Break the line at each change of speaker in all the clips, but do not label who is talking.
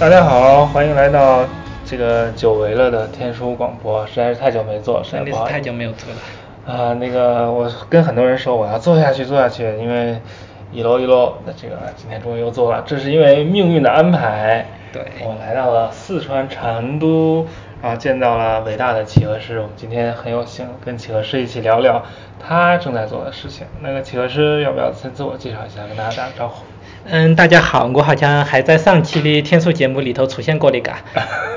大家好，欢迎来到这个久违了的天书广播，实在是太久没做，实在
真的
不
是
好意思
哦太久没有做了。
啊、那个我跟很多人说我要做下去，做下去，因为一楼一楼，那这个今天终于又做了，这是因为命运的安排。
对
我来到了四川成都，然后见到了伟大的企鹅师。我们今天很有幸跟企鹅师一起聊聊他正在做的事情。那个企鹅师要不要先自我介绍一下，跟大家打个招呼？
嗯，大家好，我好像还在上期的天数节目里头出现过的嘎。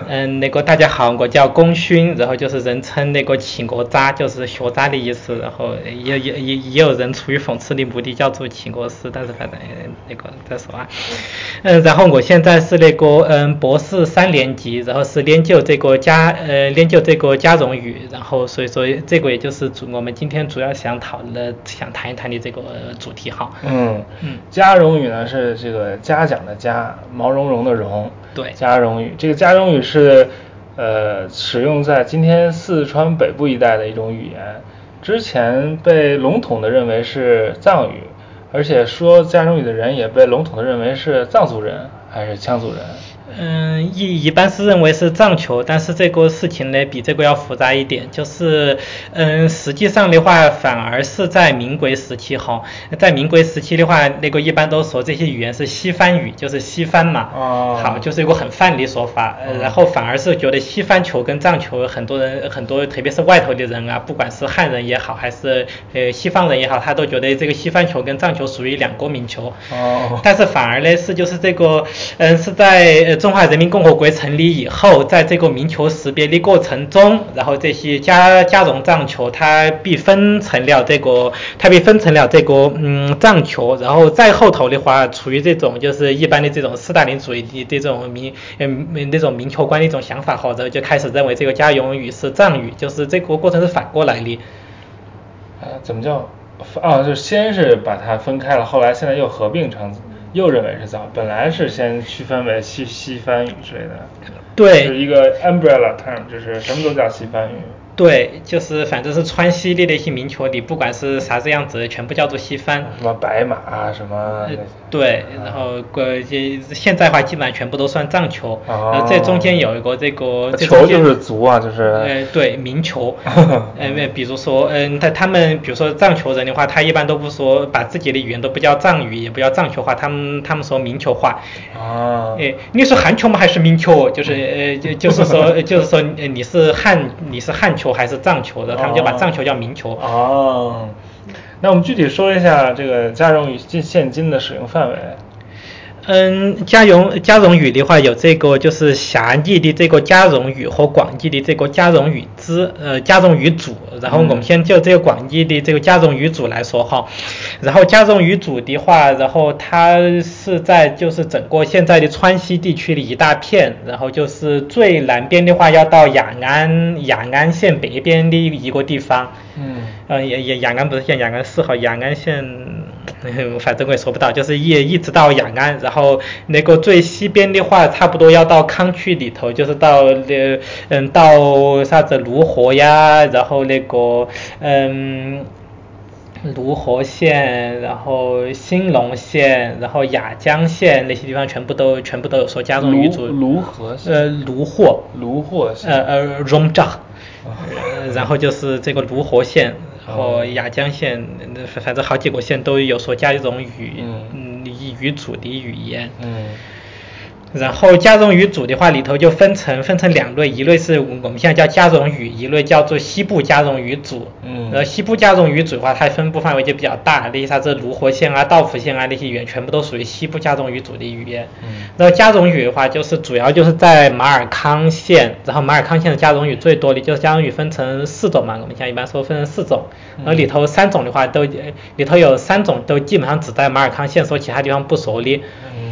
嗯，那个大家好，我叫龚勋，然后就是人称那个企鹅渣，就是学渣的意思。然后也也也也有人出于讽刺的目的叫做企鹅师，但是反正呃那个再说啊。嗯，然后我现在是那个嗯博士三年级，然后是研究这个家呃研究这个家绒语，然后所以说这个也就是主我们今天主要想讨论想谈一谈的这个呃主题哈。
嗯
嗯
嘉荣语呢是这个嘉奖的嘉，毛茸茸的茸。
对
嘉荣语，这个嘉荣语是呃使用在今天四川北部一带的一种语言，之前被笼统的认为是藏语，而且说嘉荣语的人也被笼统的认为是藏族人还是羌族人。
嗯，一一般是认为是藏球，但是这个事情呢，比这个要复杂一点。就是，嗯，实际上的话，反而是在民国时期哈，在民国时期的话，那个一般都说这些语言是西番语，就是西番嘛。
哦
好，就是一个很泛的说法。呃然后反而是觉得西番球跟藏球，很多人很多，特别是外头的人啊，不管是汉人也好，还是呃西方人也好，他都觉得这个西番球跟藏球属于两国民球。
哦
但是反而呢是就是这个，嗯，是在呃中华人民共和国成立以后，在这个民球识别的过程中，然后这些家家绒藏球它被分成了这个，它被分成了这个嗯藏球，然后再后头的话，处于这种就是一般的这种斯大林主义的这种民嗯嗯那种民球观的一种想法，或者就开始认为这个家绒语是藏语，就是这个过程是反过来的。
呃，怎么叫？啊，就是先是把它分开了，后来现在又合并成，又认为是藏，本来是先区分为西西番语之类的，
对
是一个 umbrella term，就是什么都叫西番语。
对，就是反正是川西的那些民球，你不管是啥子样子，全部叫做西番。
什么白马啊，什么
呃
那些、
对，
嗯
然后个这现在的话，基本上全部都算藏球。
哦
呃，这中间有一个这个这
球
中间
就是足啊，就是
呃，对，民球，呃，比如说，嗯、他他们比如说藏球人的话，他一般都不说把自己的语言都不叫藏语，也不叫藏球话，他们他们说民球话。呃
啊，
诶，你是韩球吗？还是民球？就是呃，就就是说，就是说，呃你是汉，你是汉球还是藏球的？他们就把
哦
藏球叫民球。
哦，那我们具体说一下这个家用语现现今的使用范围。
嗯，家容家容语的话，有这个就是狭义的这个家容语和广义的这个家容语之呃家容语组。然后我们先就这个广义的这个家容语组来说哈。然后家容语组的话，然后它是在就是整个现在的川西地区的一大片，然后就是最南边的话要到雅安雅安县北边的一个地方。
嗯
呃，雅雅雅安不是县，雅安市哈，雅安县，嗯反正我也说不到，就是一一直到雅安，然后那个最西边的话，差不多要到康区里头，就是到呃嗯到啥子泸河呀，然后那个嗯。泸河县，然后兴隆县，然后雅江县那些地方全部都全部都有说家中
泸
语族。
泸河县
呃，泸霍。
泸霍县
呃呃，荣兆。
哦
呃然后就是这个泸河县，然后雅江县，呃反反正好几个县都有说加一种语，
嗯
嗯，语组的语言。
嗯
然后家中语组的话，里头就分成分成两类，一类是我们现在叫家中语，一类叫做西部家中语组。
嗯
然后西部家中语组的话，它分布范围就比较大，那些啥子泸河县啊、道孚县啊那些语言，全部都属于西部家中语组的语言。
嗯
然后家中语的话，就是主要就是在马尔康县，然后马尔康县的家中语最多的，就是家中语分成四种嘛，我们现在一般说分成四种，然后里头三种的话都里头有三种都基本上只在马尔康县说，其他地方不熟的。
嗯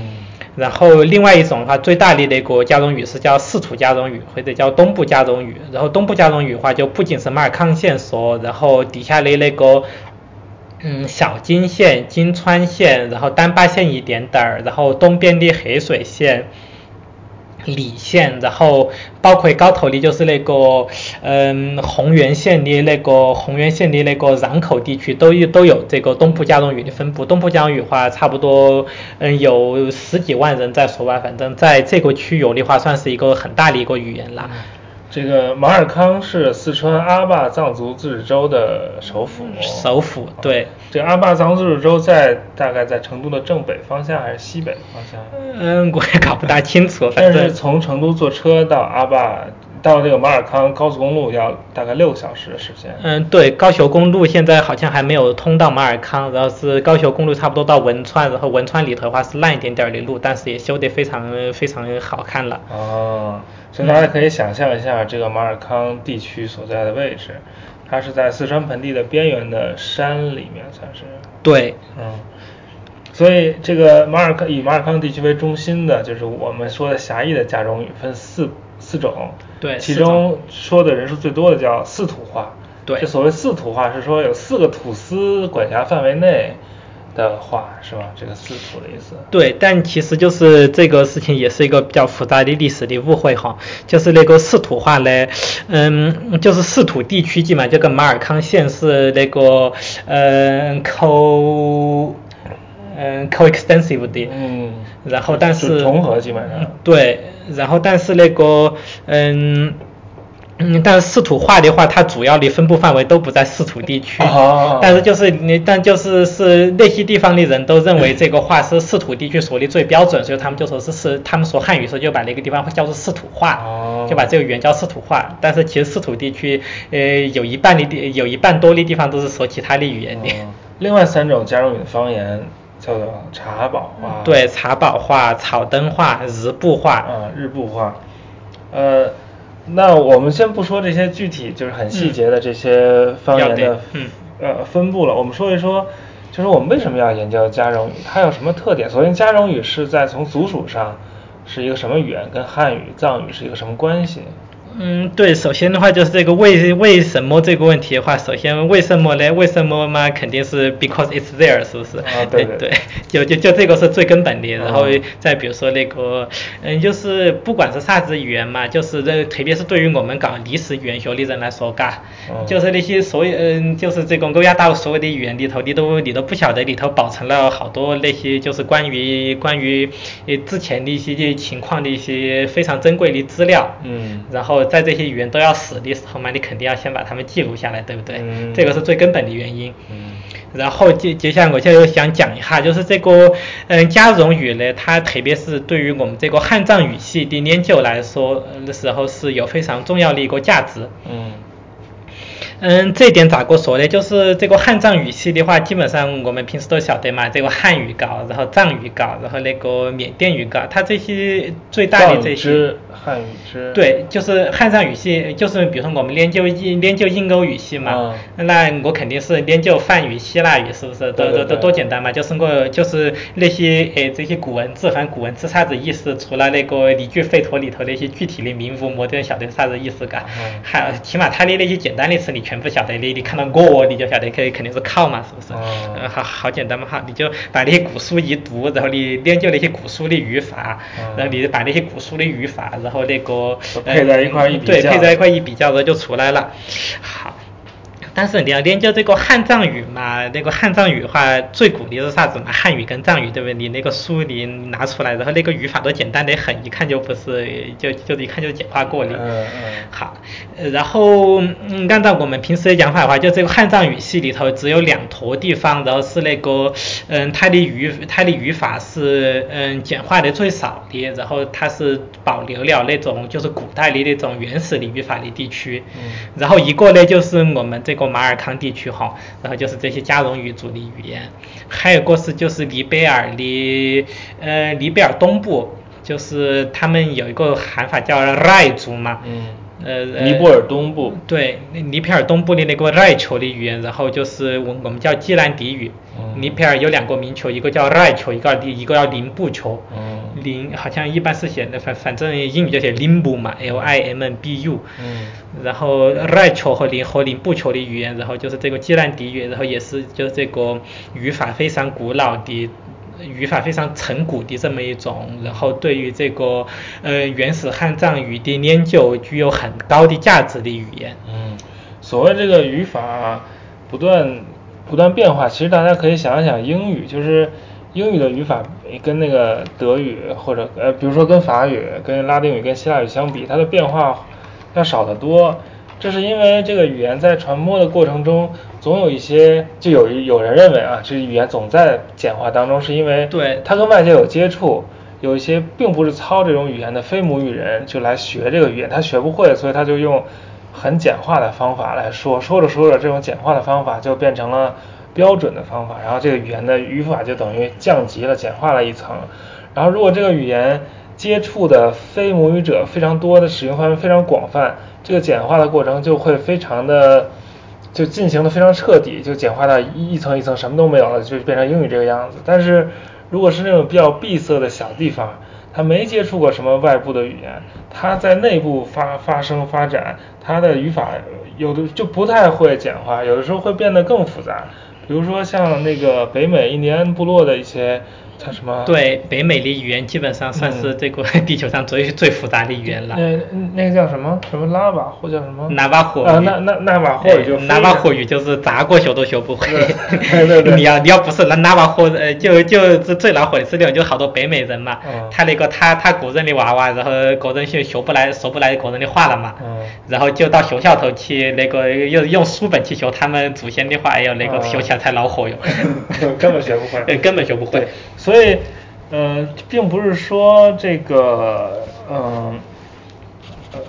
然后另外一种的话，最大的那个家中语是叫四土家中语，或者叫东部家中语。然后东部家中语的话，就不仅是马尔康县说，然后底下的那个。嗯，小金县、金川县，然后丹巴县一点点儿，然后东边的黑水县，澧县，然后包括高头的，就是那个嗯洪源县的那个洪源县的那个壤口地区都有都有这个东部加绒语的分布。东部加绒语的话，差不多嗯有十几万人在说吧，反正在这个区域的话，算是一个很大的一个语言啦。
这个马尔康是四川阿坝藏族自治州的首府。
嗯
啊
首府对。
这个阿坝藏族自治州在大概在成都的正北方向还是西北方向？
嗯，我也搞不大清楚，反
但
正
是从成都坐车到阿坝，到这个马尔康高速公路要大概六个小时的时间。
嗯，对，高雄公路现在好像还没有通到马尔康，然后是高雄公路差不多到汶川，然后汶川里头的话是烂一点点儿的路，但是也修得非常非常好看了。
哦，所以大家可以想象一下这个马尔康地区所在的位置，它是在四川盆地的边缘的山里面，算是。
对，
嗯，所以这个马尔康以马尔康地区为中心的，就是我们说的狭义的家中语分四四种，
对
其
四种
中说的人数最多的叫四土话，
对
这所谓四土话是说有四个土司管辖范围内的话，是吧？这个四土的意思。
对，但其实就是这个事情也是一个比较复杂的历史的误会哈，就是那个四土话呢，嗯，就是四土地区基本上就跟马尔康县是那个嗯 co 嗯 coextensive 的，
嗯
然后但
就是重合基本上
对，然后但是那个嗯。嗯，但是四土话的话，它主要的分布范围都不在四土地区，
哦
但是就是你，但就是是那些地方的人都认为这个话是四土地区说的最标准，所以他们就说是是，他们说汉语时候就把那个地方叫做四土话，
哦
就把这个语言叫四土话。但是其实四土地区，呃，有一半的地，有一半多的地方都是说其他的语言的。
嗯另外三种加绒语的方言叫做茶宝啊话，
对，茶宝话、草灯话、日布话，
啊，日部化。呃，那我们先不说这些具体就是很细节的这些方言
嗯
的
要的，嗯
呃，分布了，我们说一说。就是我们为什么要研究加绒语？它有什么特点？首先，加绒语是在从族属上是一个什么语言，跟汉语、藏语是一个什么关系？
嗯，对，首先的话就是这个为为什么这个问题的话，首先为什么呢？为什么嘛，肯定是 because it's there，是不是？
啊对对对
对，就就就这个是最根本的。然后
嗯
再比如说那个，嗯，就是不管是啥子语言嘛，就是这特别是对于我们搞历史语言学的人来说，嘎，
嗯
就是那些所有嗯，就是这个欧亚大陆所有的语言里头，你都你都不晓得里头保存了好多那些就是关于关于呃之前的一些情况的一些非常珍贵的资料。
嗯
然后在这些语言都要死的时候嘛，你肯定要先把它们记录下来，对不对？
嗯
这个是最根本的原因。
嗯
然后接接下来我就想讲一下，就是这个嗯加绒语呢，它特别是对于我们这个汉藏语系的研究来说呃的时候是有非常重要的一个价值。
嗯
嗯，这点咋个说呢？就是这个汉藏语系的话，基本上我们平时都晓得嘛，这个汉语搞，然后藏语搞，然后那个缅甸语搞，它这些最大的
藏
这
语
些
之。汉语之，
对，就是汉藏语系，就是比如说我们研究印研究印欧语系
啊
嘛，那我肯定是研究梵语、希腊语，是不是？
对对
都都都
对
多简单嘛，就是我就是那些诶这些古文字，反正古文字啥子意思，除了那个理据吠陀里头那些具体的名符，没得人晓得啥子意思嘎
嗯。
还起码它的那些简单的词你全部晓得，你你看到我你就晓得，肯肯定是靠嘛，是不是？
哦
呃好好简单嘛哈，你就把那些古书一读，然后你研究那些古书的语法，然
嗯
后你把那些古书的语法，然后那个呃
就配在一块儿一比
对，
较
配在一块儿一比较，然后就出来了。好，但是你要研究这个汉藏语嘛，那个汉藏语的话，最鼓励的是啥子嘛？汉语跟藏语对不对？你那个书你拿出来，然后那个语法都简单的很，一看就不是，就就一看就简化过的。
嗯嗯
好，呃然后嗯，按照我们平时的讲法的话，就这个汉藏语系里头只有两坨地方，然后是那个嗯，它的语它的语法是嗯简化的最少的，然后它是保留了那种就是古代的那种原始的语法的地区。
嗯
然后一个呢就是我们这个马尔康地区哈，然后就是这些加绒语族的语言，还有一个是就是里贝尔的呃里贝尔东部。就是他们有一个喊法叫赖族嘛，
嗯
呃，
尼泊尔东部
对，尼尼泊尔东部的那个赖球的语言，然后就是我我们叫基兰迪语。
嗯
尼泊尔有两个名球，一个叫赖球，一个一个叫林布球。
嗯
林好像一般是写的，反反正英语就写 limbu 嘛，L I M N B U。
嗯
然后赖球和林和林布球的语言，然后就是这个基兰迪语，然后也是就是这个语法非常古老的。语法非常成古的这么一种，然后对于这个呃原始汉藏语的研究具有很高的价值的语言。
嗯，所谓这个语法不断不断变化，其实大家可以想一想，英语就是英语的语法跟那个德语或者呃，比如说跟法语、跟拉丁语、跟希腊语相比，它的变化要少得多。这是因为这个语言在传播的过程中，总有一些就有有人认为啊，这语言总在简化当中，是因为
对
它跟外界有接触，有一些并不是操这种语言的非母语人就来学这个语言，他学不会，所以他就用很简化的方法来说，说着说着，这种简化的方法就变成了标准的方法，然后这个语言的语法就等于降级了，简化了一层，然后如果这个语言接触的非母语者非常多的使用范围非常广泛，这个简化的过程就会非常的就进行的非常彻底，就简化到一一层一层什么都没有了，就变成英语这个样子。但是如果是那种比较闭塞的小地方，他没接触过什么外部的语言，他在内部发发生发展，他的语法有的就不太会简化，有的时候会变得更复杂。比如说像那个北美印第安部落的一些叫什么？
对，北美的语言基本上算是这个 地球上最最复杂的语言了。
那那个叫什么什么拉瓦或叫什么
纳瓦霍
啊，
语
那那纳瓦霍语就
呃纳瓦霍语就是咋个学都学不会
对对。对
你要你要不是那纳瓦霍呃，就就是最恼火的是那种，就好多北美人嘛，
嗯
他那个他他国人的娃娃，然后国人学学不来，说不来国人的话了嘛，
嗯
然后就到学校头去那个又用书本去学他们祖先的话，哎呦那个
嗯，
学起来才恼火哟
呃根本学不会
对， 根本学不会
对。，所以，呃，并不是说这个，嗯、呃，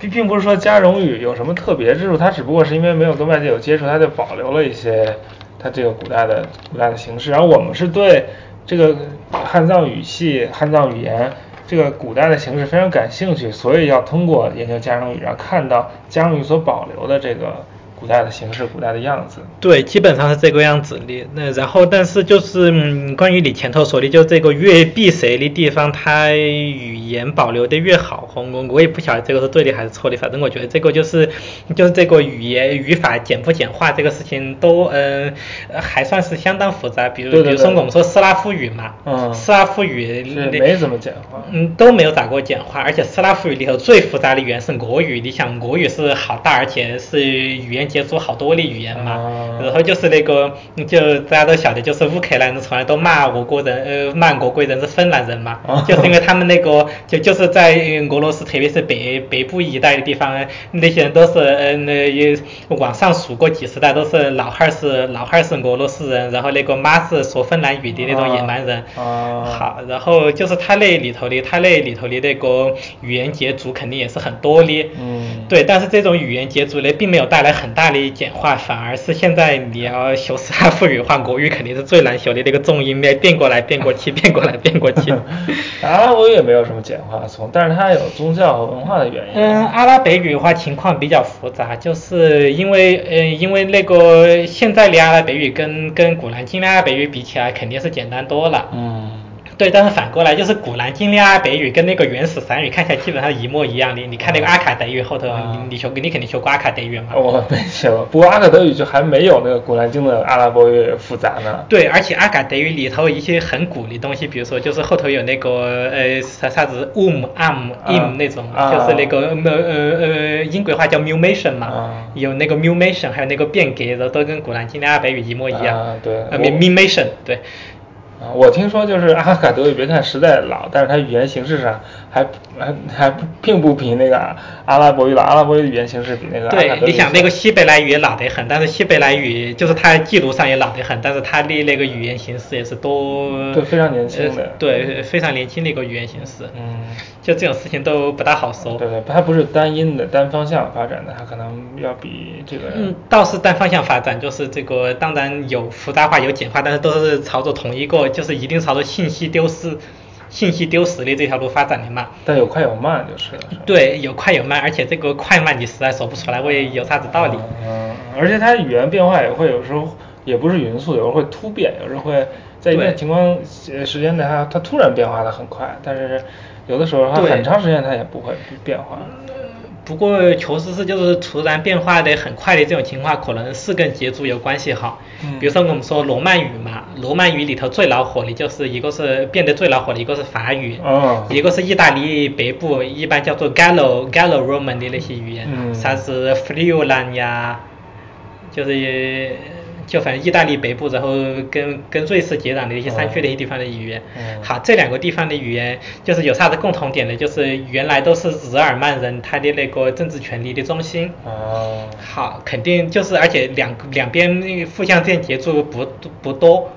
并并不是说加绒语有什么特别之处，它只不过是因为没有跟外界有接触，它就保留了一些它这个古代的古代的形式。然后我们是对这个汉藏语系、汉藏语言。这个古代的形式非常感兴趣，所以要通过研究加绒语，然后看到加绒语所保留的这个古代的形式、古代的样子。
对，基本上是这个样子的。那然后，但是就是、嗯、关于你前头说的，就这个越闭塞的地方，它语言保留的越好。我我我也不晓得这个是对的还是错的，反正我觉得这个就是就是这个语言语法简不简化这个事情都嗯、呃还算是相当复杂。比如
对对
比如说
对
我们说斯拉夫语嘛，
嗯
斯拉夫语
是
那
没怎么简化
嗯，都没有咋过简化，而且斯拉夫语里头最复杂的语言是俄语。你想，俄语是好大，而且是语言接触好多的语言嘛。
啊
然后就是那个，就大家都晓得，就是乌克兰人从来都骂俄国人，呃，骂俄国人是芬兰人嘛，
啊
就是因为他们那个，就就是在呃俄罗斯，特别是北北部一带的地方，那些人都是，呃，那也网上数过几十代，都是老汉儿是老汉儿是俄罗斯人，然后那个妈是说芬兰语的那种野蛮人。
啊
好。然后就是它那里头的，它那里头的那个语言节组肯定也是很多的，
嗯
对，但是这种语言节组呢，并没有带来很大的简化，反而是现在你要学斯拉夫语的话，国语肯定是最难学的，那个重音变变过来变过去，变过来变过去。
阿拉伯语也没有什么简化从，但是它有宗教和文化的原因。
嗯，阿拉伯语的话情况比较复杂，就是因为呃，因为那个现在的阿拉伯语跟跟古兰经的阿拉伯语比起来，肯定是简单多了。
嗯
对，但是反过来就是古兰经的阿拉伯语跟那个原始散语看起来基本上一模一样的。你
哦
看那个阿卡德语后头，
啊
你你学过，你肯定学过阿卡德语嘛？
我没学过，不过阿克德语就还没有那个古兰经的阿拉伯语复杂呢。
对，而且阿卡德语里头一些很古的东西，比如说就是后头有那个呃啥啥子 um am
啊
im 那种，
啊
就是那个呃呃呃英国话叫 mutation 嘛，
啊
有那个 mutation，还有那个变革的都跟古兰经的阿拉伯语一模一样。
啊对
呃
我
mutation 对。
啊，我听说就是阿卡德语，别看时代老，但是它语言形式上还还还并不比那个阿拉伯语老。阿拉伯语的语言形式比那个阿卡
对，
德语
你想那个
小
西北来语也老得很，但是西北来语就是它记录上也老得很，但是它的那个语言形式也是多
对非常年轻的
呃对，非常年轻的一个语言形式。
嗯，
就这种事情都不大好说。
对对，它不是单音的单方向发展的，它可能要比这个
嗯，倒是单方向发展，就是这个当然有复杂化有简化，但是都是朝着同一个，就是一定朝着信息丢失、信息丢失的这条路发展的嘛。
但有快有慢就是了。是吧
对，有快有慢，而且这个快慢你实在说不出来，为有啥子道理。
嗯，而且它语言变化也会有时候也不是匀速，有时候会突变，有时候会在一定
对
情况呃时间内它它突然变化的很快，但是有的时候它
对
嗯
很长时间它也不会变化。
不过求实是就是突然变化的很快的这种情况，可能是跟节奏有关系哈。
嗯
比如说我们说罗曼语嘛，罗曼语里头最恼火的就是一个是变得最恼火的一个是法语，
哦
一个是意大利北部一般叫做 Gallo Gallo Roman 的那些语言，
嗯
啥是 Friulan 呀，就是就反正意大利北部，然后跟跟瑞士接壤的一些山
哦
区的一些地方的语言。
嗯
好，这两个地方的语言就是有啥子共同点呢？就是原来都是日耳曼人他的那个政治权力的中心。
哦，
好，肯定就是，而且两两边互相之间接触不不多，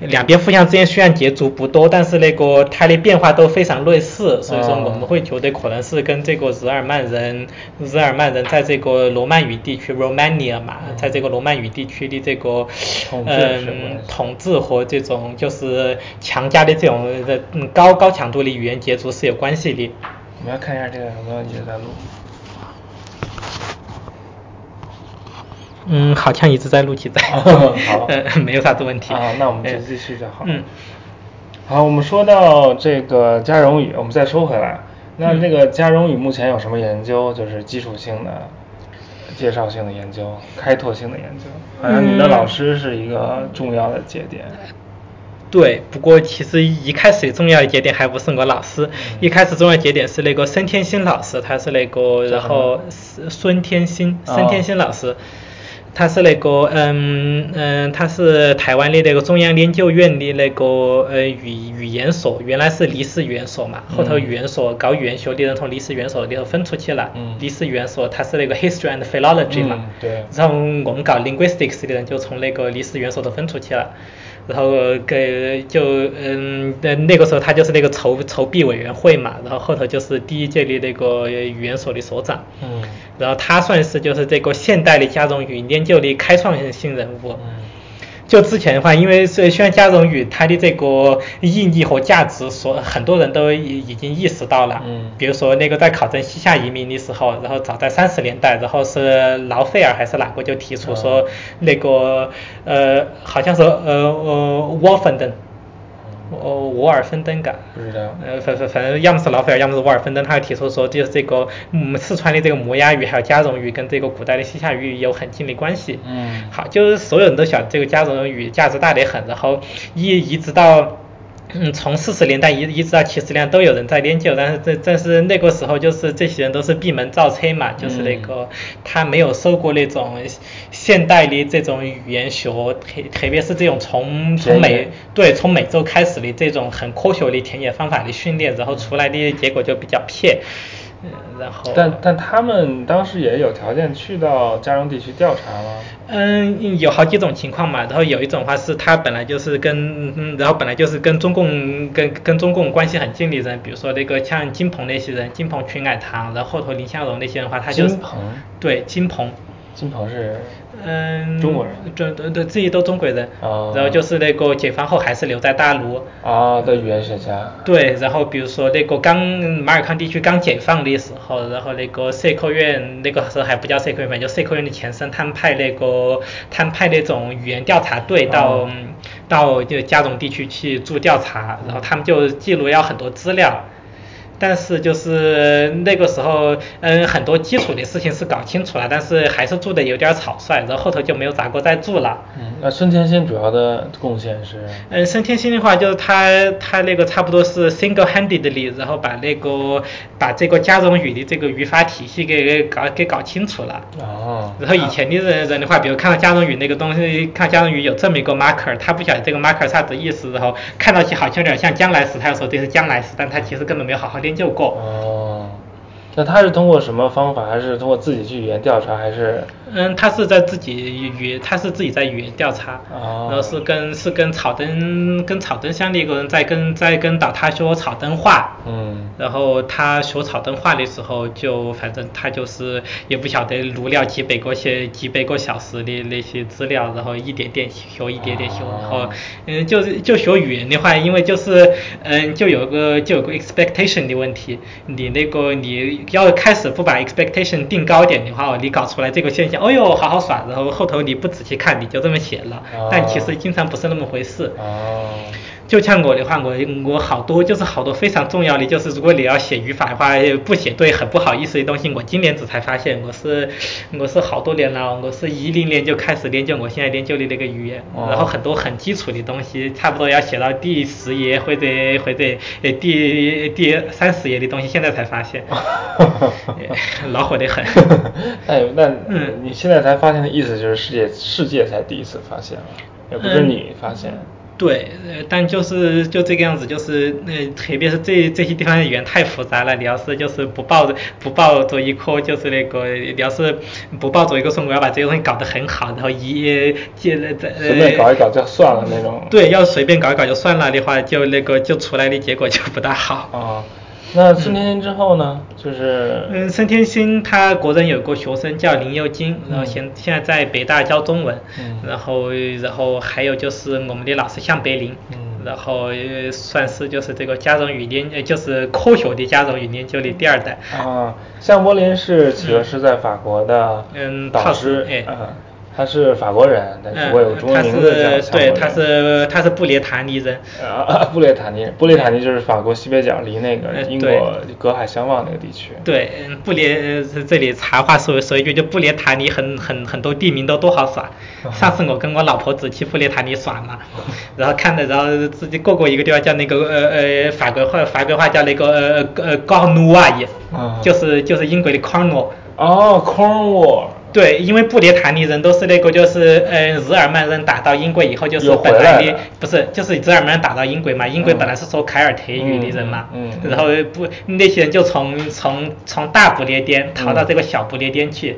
两边互相之间虽然接触不多，但是那个它的变化都非常类似，所以说我们会觉得可能是跟这个日耳曼人，日耳曼人在这个罗曼语地区 （Romania） 嘛，在这个罗曼语地区的这个
嗯统治是吧
嗯统治和这种就是强加的这种呃嗯高高强度的语言接触是有关系的。
我们来看一下这个有没有一直在录。
嗯，好像一直在录起在，
哦好
呃，没有啥子问题。
啊那我们就
呃
继续就好
嗯，
好，我们说到这个加绒语，我们再说回来，那
嗯
这个加绒语目前有什么研究？就是基础性的、介绍性的研究、开拓性的研究。好像你的
嗯
老师是一个重要的节点。
对。不过其实一开始重要的节点还不是我老师，一开始重要的节点是那个孙天心老师，他是那个，
嗯叫
然
什么
后孙孙天心，
哦
孙天心老师。他是那个，嗯嗯，他是台湾的那个中央研究院的那个呃语语言所，原来是历史语言所嘛，后头
嗯
语言所搞语言学的人从历史语言所里头分出去了，
嗯
历史语言所它是那个 history and philology 嘛，
嗯对
然后我们搞 linguistics 的人就从那个历史元素都分出去了，然后给就嗯，那那个时候他就是那个筹筹备委员会嘛，然后后头就是第一届的那个语言所的所长，
嗯
然后他算是就是这个现代的加绒语研究的开创性人物。就之前的话，因为是虽然加绒语它的这个意义和价值所，很多人都已已经意识到了。
嗯
比如说那个在考证西夏移民的时候，然后早在三十年代，然后是劳费尔还是哪个就提出说
嗯
那个、呃，好像是呃呃沃芬登，呃沃尔芬登嘎。
不知道
呃，反反反正要么是劳菲尔，要么是沃尔芬登，他提出说，就是这个嗯，四川的这个摩崖语还有加绒语跟这个古代的西夏语有很近的关系。
嗯
好，就是所有人都晓得这个加绒语价值大得很，然后一一直到。嗯，从四十年代一一直到七十年代都有人在研究，但是这但是那个时候就是这些人都是闭门造车嘛，就是那
嗯
个、他没有受过那种现代的这种语言学，特特别是这种从从
田
美
野
对从美洲开始的这种很科学的田野方法的训练，然后出来的结果就比较撇，嗯，然后
但但他们当时也有条件去到加绒地区调查吗？
嗯，有好几种情况嘛，然后有一种话是他本来就是跟，嗯，然后本来就是跟中共跟跟中共关系很近的人，比如说那个像金鹏那些人，金鹏、曲乃堂，然后后头林香荣那些人的话，他就是
金鹏
对金鹏，
金鹏是
嗯，
中国人
中对对，自己都中国人，
哦
然后就是那个解放后还是留在大陆，
啊的语言学家。
对，然后比如说那个刚马尔康地区刚解放的时候，然后那个社科院那个时候还不叫社科院，反正就社科院的前身，他们派那个他们派那种语言调查队到、
哦
嗯到就加绒地区去做调查，然后他们就记录要很多资料。但是就是那个时候，嗯，很多基础的事情是搞清楚了，但是还是做的有点草率，然后后头就没有咋个再做了。
嗯，那孙天心主要的贡献是？
嗯，升天星的话，就是他他那个差不多是 single-handedly，然后把那个把这个加绒语的这个语法体系给给搞给搞清楚了。
哦，
然后以前的人人的话，比如看到加绒语那个东西，看到加绒语有这么一个 marker，他不晓得这个 marker 啥子意思，然后看到去好像有点像将来时，他就说这是将来时，但他其实根本没有好好研究过。
哦，那他是通过什么方法？还是通过自己去语言调查？还是
嗯，他是在自己语，他是自己在语言调查，
哦
然后是跟是跟草根跟草根乡的一个人在跟在跟导他说草根话，
嗯
然后他学草根话的时候就，反正他就是也不晓得读了几百个些几百个小时的那些资料，然后一点点学，一点点学，然后
哦
嗯，就是就学语言的话，因为就是嗯，就有个就有个 expectation 的问题，你那个你要开始不把 expectation 定高点的话，哦你搞出来这个现象，哦呦，好好耍，然后后头你不仔细看，你就这么写了，但其
哦
实经常不是那么回事。
哦，
就像我的话，我我好多就是好多非常重要的，就是如果你要写语法的话，不写对很不好意思的东西。我今年子才发现，我是 我是好多年了，我是一零年就开始研究我现在研究的那个语言，
哦
然后很多很基础的东西，差不多要写到第十页或者或者呃第第三十页的东西，现在才发 现，恼火 的很。
哎，那
嗯
你现在才发现的意思就是世界世界才第一次发现了，也不是
嗯
你发现。
对，呃，但就是就这个样子，就是呃，特别是这这些地方的语言太复杂了。你要是就是不抱着不抱着一颗就是那个，你要是不抱着一个说我要把这个东西搞得很好，然后一借了这呃
随便搞一搞就算了那种
对，要随便搞一搞就算了的话，就那个就出来的结果就不大好。
啊，那孙天心之后呢？就是
嗯，孙天心他国人有个学生叫林佑金，然后现现在在北大教中文，
嗯
然后然后还有就是我们的老师向北林，
嗯
然后呃算是就是这个家长语言，呃就是科学的家长语研究的第二代。
啊，向柏林是企鹅是在法国的
嗯
导
套
师
词，哎
嗯，他是法国人，但是
嗯
我有个中，
他
文名字叫
是
向柏
对，
林。
嗯呃他是他是布列塔尼人，
啊， 布列塔尼，布列塔尼就是法国西北角，离那个
嗯
英
对
国隔海相望那个地区。
对，嗯布列呃这里茶话说说一句，就布列塔尼很很很多地名都多好 耍。上次我跟我老婆只去布列塔尼耍嘛， 然后看的，然后自己过过一个地方叫那个呃呃法国话法国话叫那个呃呃高努瓦也
啊，
就是就是英国的 Cornwall。
哦，Cornwall，
对，因为布列塔尼人都是那个，就是呃，日耳曼人打到英国以后，就是
又
本
回来
来
了
的不是，就是日耳曼人打到英国嘛，英国
嗯
本来是说凯尔特语的人嘛，
嗯嗯嗯
然后不那些人就从从从大不列颠逃到这个小不列颠去。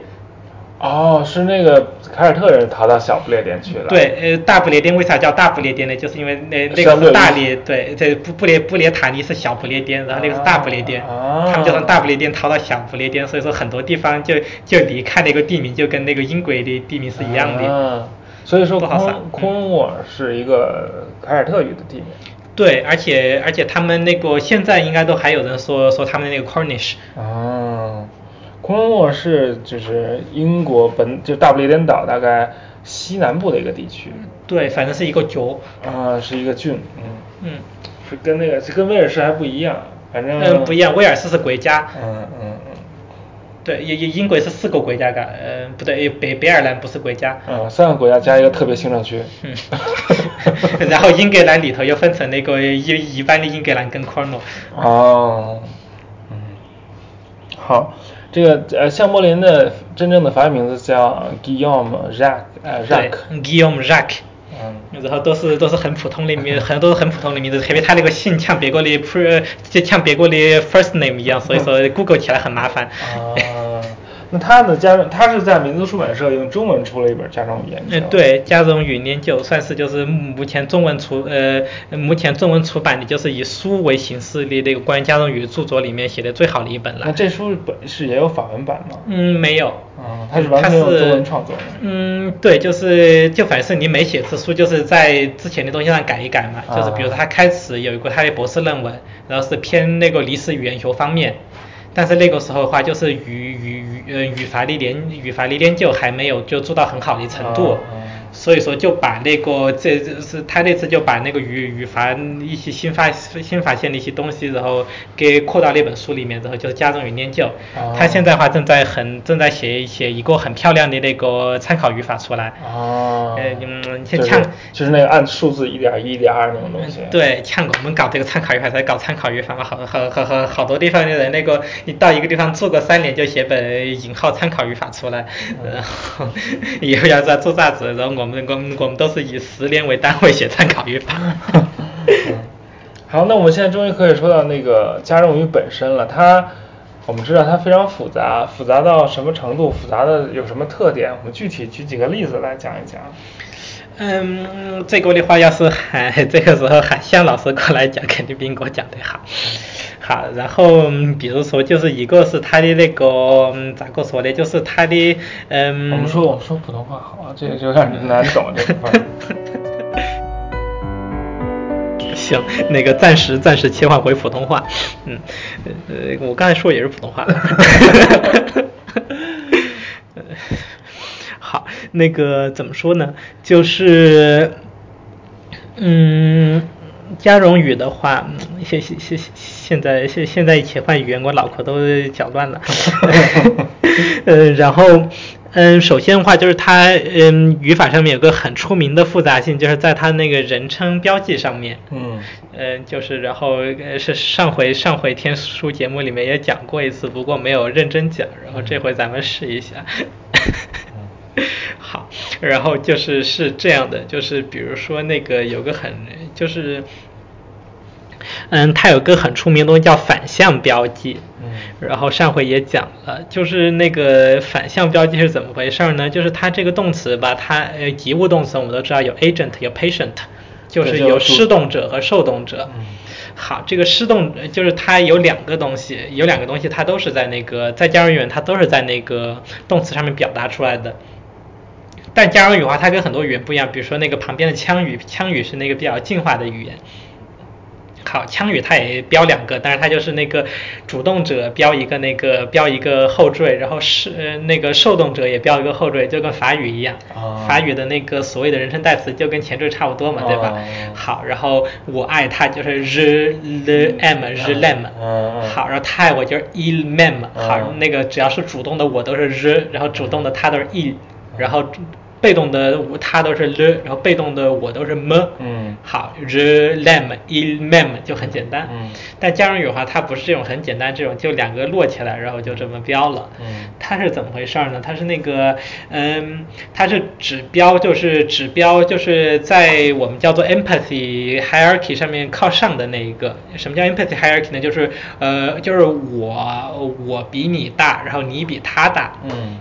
哦，是那个凯尔特人逃到小不列颠去了。
对，，呃，大不列颠为啥叫大不列颠呢？就是因为那那
相
个
对于
是大列，对，这布布列布列塔尼是小不列颠，然后那个是大不列颠，
啊
他们就从大不列颠逃到小不列颠，所以说很多地方就就离开那个地名，就跟那个英国的地名是一样的。
啊、所以说
不好撒
空空沃尔是一个凯尔特语的地名。
对，而且而且他们那个现在应该都还有人说说他们那个 Cornish，
哦，空沃尔是就是英国本就大不列颠岛大概西南部的一个地区，
对，反正是一个角，
啊、是一个郡，嗯，
嗯，
是跟那个是跟威尔士还不哎一样，反正
嗯，不一样，威尔士是国家，
嗯嗯嗯
对，也也英国是四个国家噶，嗯，不对，北北爱尔兰不是国家，
嗯，三个国家加一个特别行政区，
嗯， 然后英格兰里头又分成那个一一般的英格兰跟 Cornwall，
哦，嗯，好，这个呃，项伯林的真正的法语名字叫 Guillaume Jacques，呃
对
Jacques，
，Guillaume Jacques。
嗯，
然后都是都是很普通的名，很多都是很普通的名字，特别他那个姓像别个的 pre 就像别个的 first name 一 样，所以说 Google 起来很麻烦。
啊，那他的家中，他是在民族出版社用中文出了一本家中语言集，
嗯，对，加绒语研究算是就是目前中文出呃目前中文出版的，就是以书为形式的那个关于加绒语著作里面写的最好的一本
那
了。
这书本是也有法文版吗？
嗯，没有。
嗯它是完全用中文创作的
嗯，对，就是就反正是你每写一次书，就是在之前的东西上改一改
啊
嘛。就是比如说他开始有一个他的博士论文，然后是偏那个历史语言学方面。但是那个时候的话，就是语语语呃语法的研语法的研究还没有就做到很好的程度，
啊啊
所以说就把那个这这是他那次就把那个语语法一些新发新发现的一些东西，然后给扩到那本书里面，然后就是加重与研究。
哦
他现在的话正在很正在写写一个很漂亮的那个参考语法出来。
哦，
呃
就
嗯先
是
看
就是那个按数字一点一、一点二那种东西，
嗯，对，像我们搞这个参考语法，才搞参考语法嘛，好好好好好多地方的人，那个你到一个地方住个三年，就写本引号参考语法出来，然后以后要再做啥子，然后我们我们我们都是以十年为单位写参考语法。
嗯好，那我们现在终于可以说到那个加重语本身了。它，我们知道它非常复杂，复杂到什么程度？复杂的有什么特点？我们具体举几个例子来讲一讲。
嗯，这个的话，要是喊 这个时候喊向老师过来讲，肯定比我讲的好。好，然后、嗯比如说，就是一个是他的那个、嗯咋个说呢？就是他的嗯，
我们说我们说普通话好啊，这个就有点难懂 这部 分。
行，那个暂时暂时切换回普通话。嗯，呃，我刚才说也是普通话。 呃 好，那个怎么说呢？就是，嗯，加绒语的话，嗯现现现现在现现在一起换语言，我脑壳都搅乱了。呃，然后，嗯，首先的话就是它，嗯，语法上面有个很出名的复杂性，就是在它那个人称标记上面。
嗯
嗯，就是然后呃是上回上回天书节目里面也讲过一次，不过没有认真讲，然后
嗯
这回咱们试一下。 好，然后就是是这样的，就是比如说那个有个很就是，嗯，它有个很出名的东西叫反向标记。
嗯
然后上回也讲了，就是那个反向标记是怎么回事儿呢？就是它这个动词吧，它呃及物动词我们都知道有 agent 有 patient，就是
对就
有
是
施动者和受动者。
嗯
好，这个施动呃就是它有两个东西，有两个东西它都是在那个在加入语言它都是在那个动词上面表达出来的。但加入语的话，它跟很多语言不一样，比如说那个旁边的腔语，腔语是那个比较进化的语言。好，腔语它也标两个，但是它就是那个主动者标一个那个标一个后缀，然后是、呃那个受动者也标一个后缀，就跟法语一样。
哦
法语的那个所谓的人称代词就跟前缀差不多嘛，对吧？
哦
好，然后我爱他就是 je le aime je
嗯
l'aime，、
嗯嗯
好，然后他爱我就是 il m'aime，好，
嗯
那个只要是主动的我都是 je，然后主动的他都是 il，然
嗯
后被动的我他都是 le，然后被动的我都是 me，
嗯
好，je l'aime il m'aime 就很简单，
嗯
但加上语的话，它不是这种很简单，这种就两个摞起来，然后就这么标了，
嗯
它是怎么回事儿呢？它是那个，嗯，它是指标，就是指标，就是在我们叫做 empathy hierarchy 上面靠上的那一个。什么叫 empathy hierarchy 呢？就是呃，就是我我比你大，然后你比他大。
嗯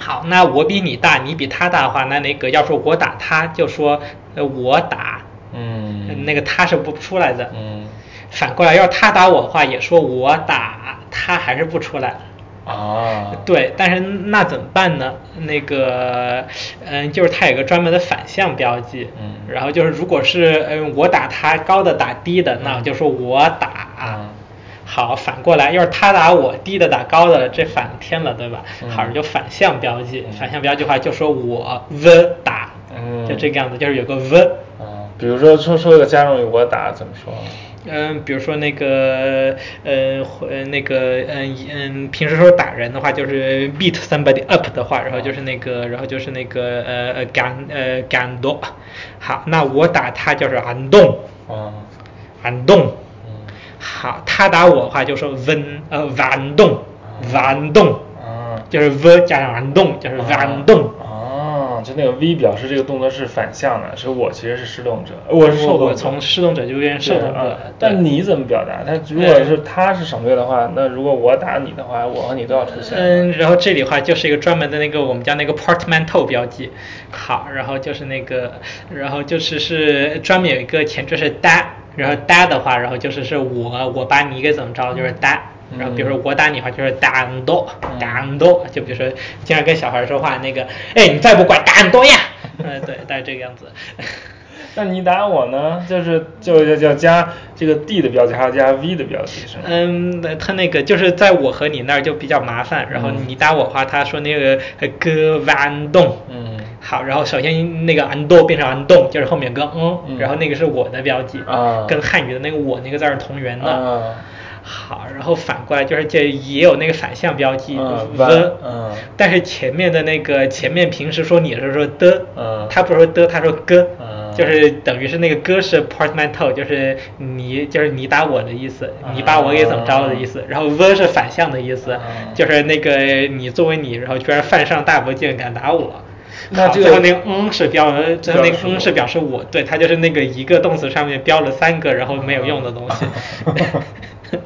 好，那我比你大，你比他大的话，那那个要说我打他，就说呃我打，
嗯，
那个他是不出来的。
嗯
反过来，要是他打我的话，也说我打他，还是不出来。
啊，
对，但是那怎么办呢？那个，嗯，就是它有个专门的反向标记，
嗯
然后就是如果是嗯我打他高的打低的，那我就说我打，
嗯
好，反过来要是他打我低的打高的了，这反天了，对吧？
嗯
好，就反向标记，
嗯
反向标记的话就说我 v 打，
嗯
就这个样子，就是有个 v。
嗯
啊，比如说说说个家用语，我打怎么说？
啊
嗯，比如说那个，呃，呃那个，嗯嗯，平时说打人的话，就是 beat somebody up 的话，然后就是那个，然后就是那个，呃呃，感呃感动。好，那我打他就是俺动，
啊，
嗯
俺动。
嗯
好，他打我的话就是温呃晚动，晚动，
啊，
就是 v 加上俺动，就是晚动。
啊，就那个 V 表示这个动作是反向的，是我其实是施动者，我是受动者。
我从施动者就变成受动
对
者
啊。
嗯对
但你怎么表达？他如果是他是省略的话，那如果我打你的话，我和你都要出现。
嗯，然后这里的话就是一个专门的那个我们叫那个 portmanteau 标记，好，然后就是那个，然后就是是专门有一个前缀是 da，然后 da 的话，然后就是是我我把你给怎么着，就是 da。然
嗯
后比如说我打你的话就是 da n d o d a n d o 就比如说经常跟小孩说话那个，哎你再不乖 da n d o 呀，嗯对，大概这个样子。
那你打我呢？就是就要要加这个 D 的标记，还要加 V 的标记，是吗？
嗯，那他那个就是在我和你那儿就比较麻烦，然后
嗯
你打我的话，他说那个呃哥弯动，
嗯
好，然后首先那个 undo 变成 undo，就是后面有个嗯，
嗯
然后那个是我的标记，
啊
跟汉语的那个我那个字儿是同源的。
啊
好，然后反过来就是这也有那个反向标记
啊
v，
弯嗯
但是前面的那个前面平时说你是说的，
嗯
他不说的，他说哥，
嗯
就是等于是那个哥是 portmanteau，就是你就是你打我的意思，你把我给怎么着的意思，然后 v 是反向的意思，
嗯
就是那个你作为你，然后居然犯上大不敬敢打我。
那
好
这个
最后那个嗯是标，最后那个
表示
嗯是
我
表示我，对，它就是那个一个动词上面标了三个然后没有用的东西。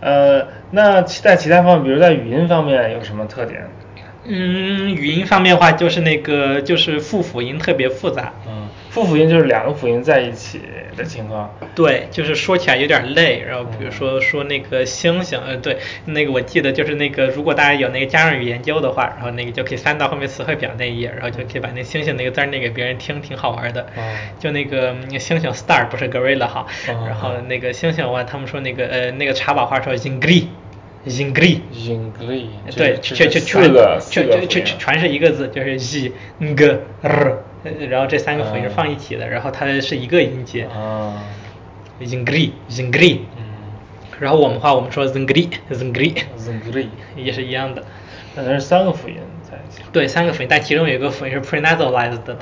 呃，那其在其他方面，比如在语音方面有什么特点？
嗯，语音方面的话，就是那个就是复辅音特别复杂。
嗯，复辅音就是两个辅音在一起的情况。
对，就是说起来有点累。然后比如说说那个星星，呃，对，那个我记得就是那个，如果大家有那个加上语研究的话，然后那个就可以翻到后面词汇表那一页，然后就可以把那星星那个字儿念给别人听，挺好玩的。
哦
就那个嗯星星 star 不是 gorilla 哈，
哦
然后那个星星的话，他们说那个呃那个茶宝话说 zingri。zingri，
English，
对，
这
全
这
全
四
全
个，
全全全全是一个字，就是 z n g r 嗯呃然后这三个辅音
嗯
是放一起的，然后它是一个音节。
哦
啊，
Zingri Zingri，
嗯
然后我们话我们说 Zingri Zingri
嗯
z u n g r i
也是一样的。
但它是三个辅音在一起。
对，三个辅音，但其中有一个辅音是 prenasalized 的，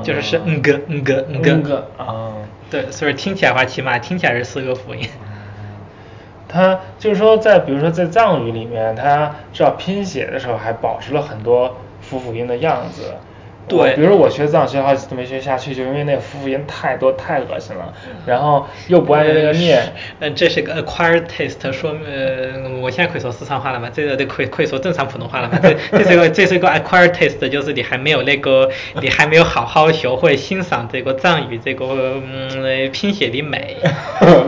啊
就是是 ng ng ng
嗯个啊。
对，所以听起来的话，起码听起来是四个辅音。
它就是说在，比如说在藏语里面，它至少拼写的时候还保持了很多辅辅音的样子。
对
我比如我学藏学好几次没学下去，就因为那辅辅音太多太恶心了，然后又不按那个 念。
嗯，这是个 acquired taste，说呃，我现在可以说四川话了嘛，这个都可以可以说正常普通话了嘛，这这是一个这是一个 acquired taste，就是你还没有那个，你还没有好好学会欣赏这个藏语这个嗯拼写的 美。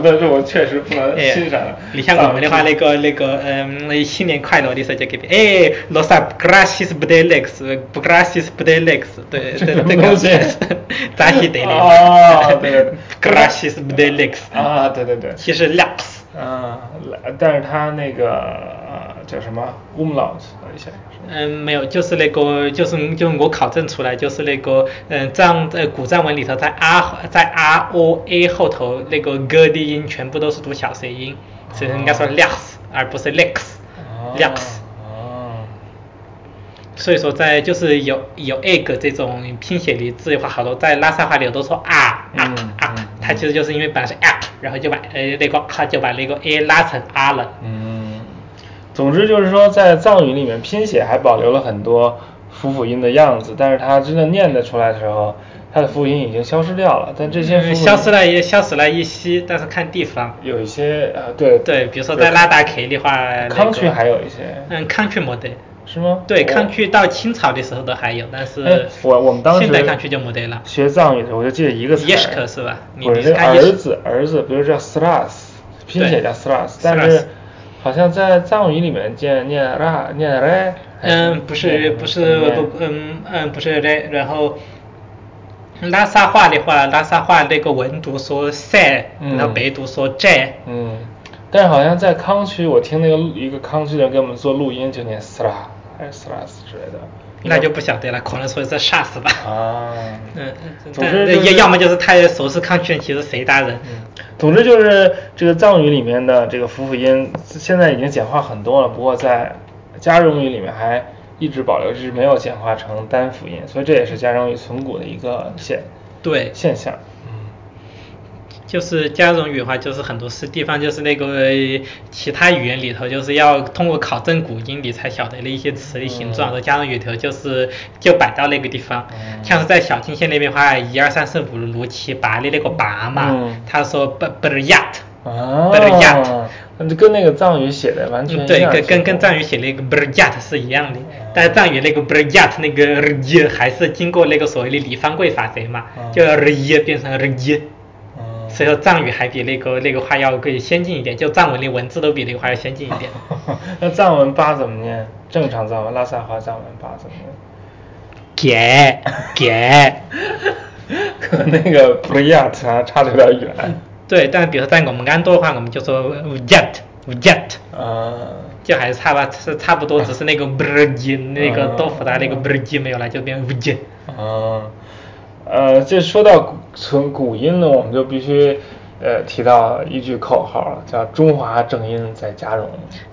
但是我确实不能
哎，
欣赏。啊
你像我们的话，那个那个，嗯，新年快乐的时候就给别人，哎，los gracias b u d e l e x b u gracias b u d e l e x 对对
什么
对，
东
这个
西
扎西德
哦对
gracias b u d e l e x
啊，对对对，
其实 laps
嗯，来但是它那个、呃叫什么 umlaut 一下，
嗯，没有，就是那个，就是就是我考证出来，就是那个，嗯，藏呃古藏文里头，在 R 在 R O A 后头那个 g 的音全部都是读小舌音，所以应该说
哦
lex 而不是 lex
哦
lex。
哦，
所以说在就是有有 egg 这种拼写的字的话，好多在拉萨话里都说啊啊
嗯
啊
嗯，
它其实就是因为本来是 app，然后就把呃那个它就把那个 a 拉成 r 了。
嗯，总之就是说，在藏语里面拼写还保留了很多辅辅音的样子，但是它真的念得出来的时候，它的辅音已经消失掉了。但这些辅
嗯
辅音
消失了也消失了一些，但是看地方。
有一些呃，对
对，比如说在拉达克的话，那个
康区还有一些，
嗯，康区没得。
是吗？
对，
我
康区到清朝的时候都还有，但
哦哎
是
我我们当时
现在康区就没得了。
学藏语的时候，我就记得一个词儿
Yeshka 是吧你
我
你
这
是看
儿
Yesh-
子儿子，比如叫 Stras，拼
对
写叫 Stras，但是
Stras
好像在藏语里面念念拉念 r
嗯，不是不是不嗯嗯不是嘞，然后拉萨话的话，拉萨话那个文读说塞，
嗯
然后北读说寨，
嗯，但是好像在康区，我听那个一个康区的人给我们做录音，就念 Stra 还是 Stras 之类的，
那就不晓得了，可能说是杀死吧。
啊。
嗯，
总
但
之
也、
就是嗯
要么就是他手势抗拒，其实谁大人。
总之就是这个藏语里面的这个辅辅音，现在已经简化很多了，不过在加绒语里面还一直保留，就是没有简化成单辅音，所以这也是加绒语存古的一个现
对，
现象。
嗯就是加绒语的话，就是很多是地方，就是那个呃其他语言里头，就是要通过考证古音，你才晓得的一些词的形状。
嗯
然后加绒语头就是就摆到那个地方，
嗯
像是在小清县那边的话，一二三四五六七八的那个八嘛
嗯，
他说不不是 yat，
啊
不是 yat，，
那就跟那个藏语写的完全
嗯
一
对，
样
跟跟跟藏
语
语写那个 b r j a t 是一样的，但是藏语那个 b r j a t 那个 r j 还是经过那个所谓的李方贵法则嘛，
嗯
就 r j 变成 r j。
嗯
所以说藏语还比那个那个话要更先进一点，就藏文的文字都比那个话要先进一点。
那藏文八怎么念？正常藏文拉萨话藏文八怎么念？
给给，
可能那个 p r i y a t 啊差的有点 远。
对，但比如说在我们安多的话，我们就说 u j a t u j a t
啊，
就还是差吧，是差不多，只是那个 b r j 那个
嗯
多复杂那个 b r j 没有了，就变 u j。
嗯，呃，这说到古存古音呢，我们就必须呃提到一句口号了，叫“中华正音在加绒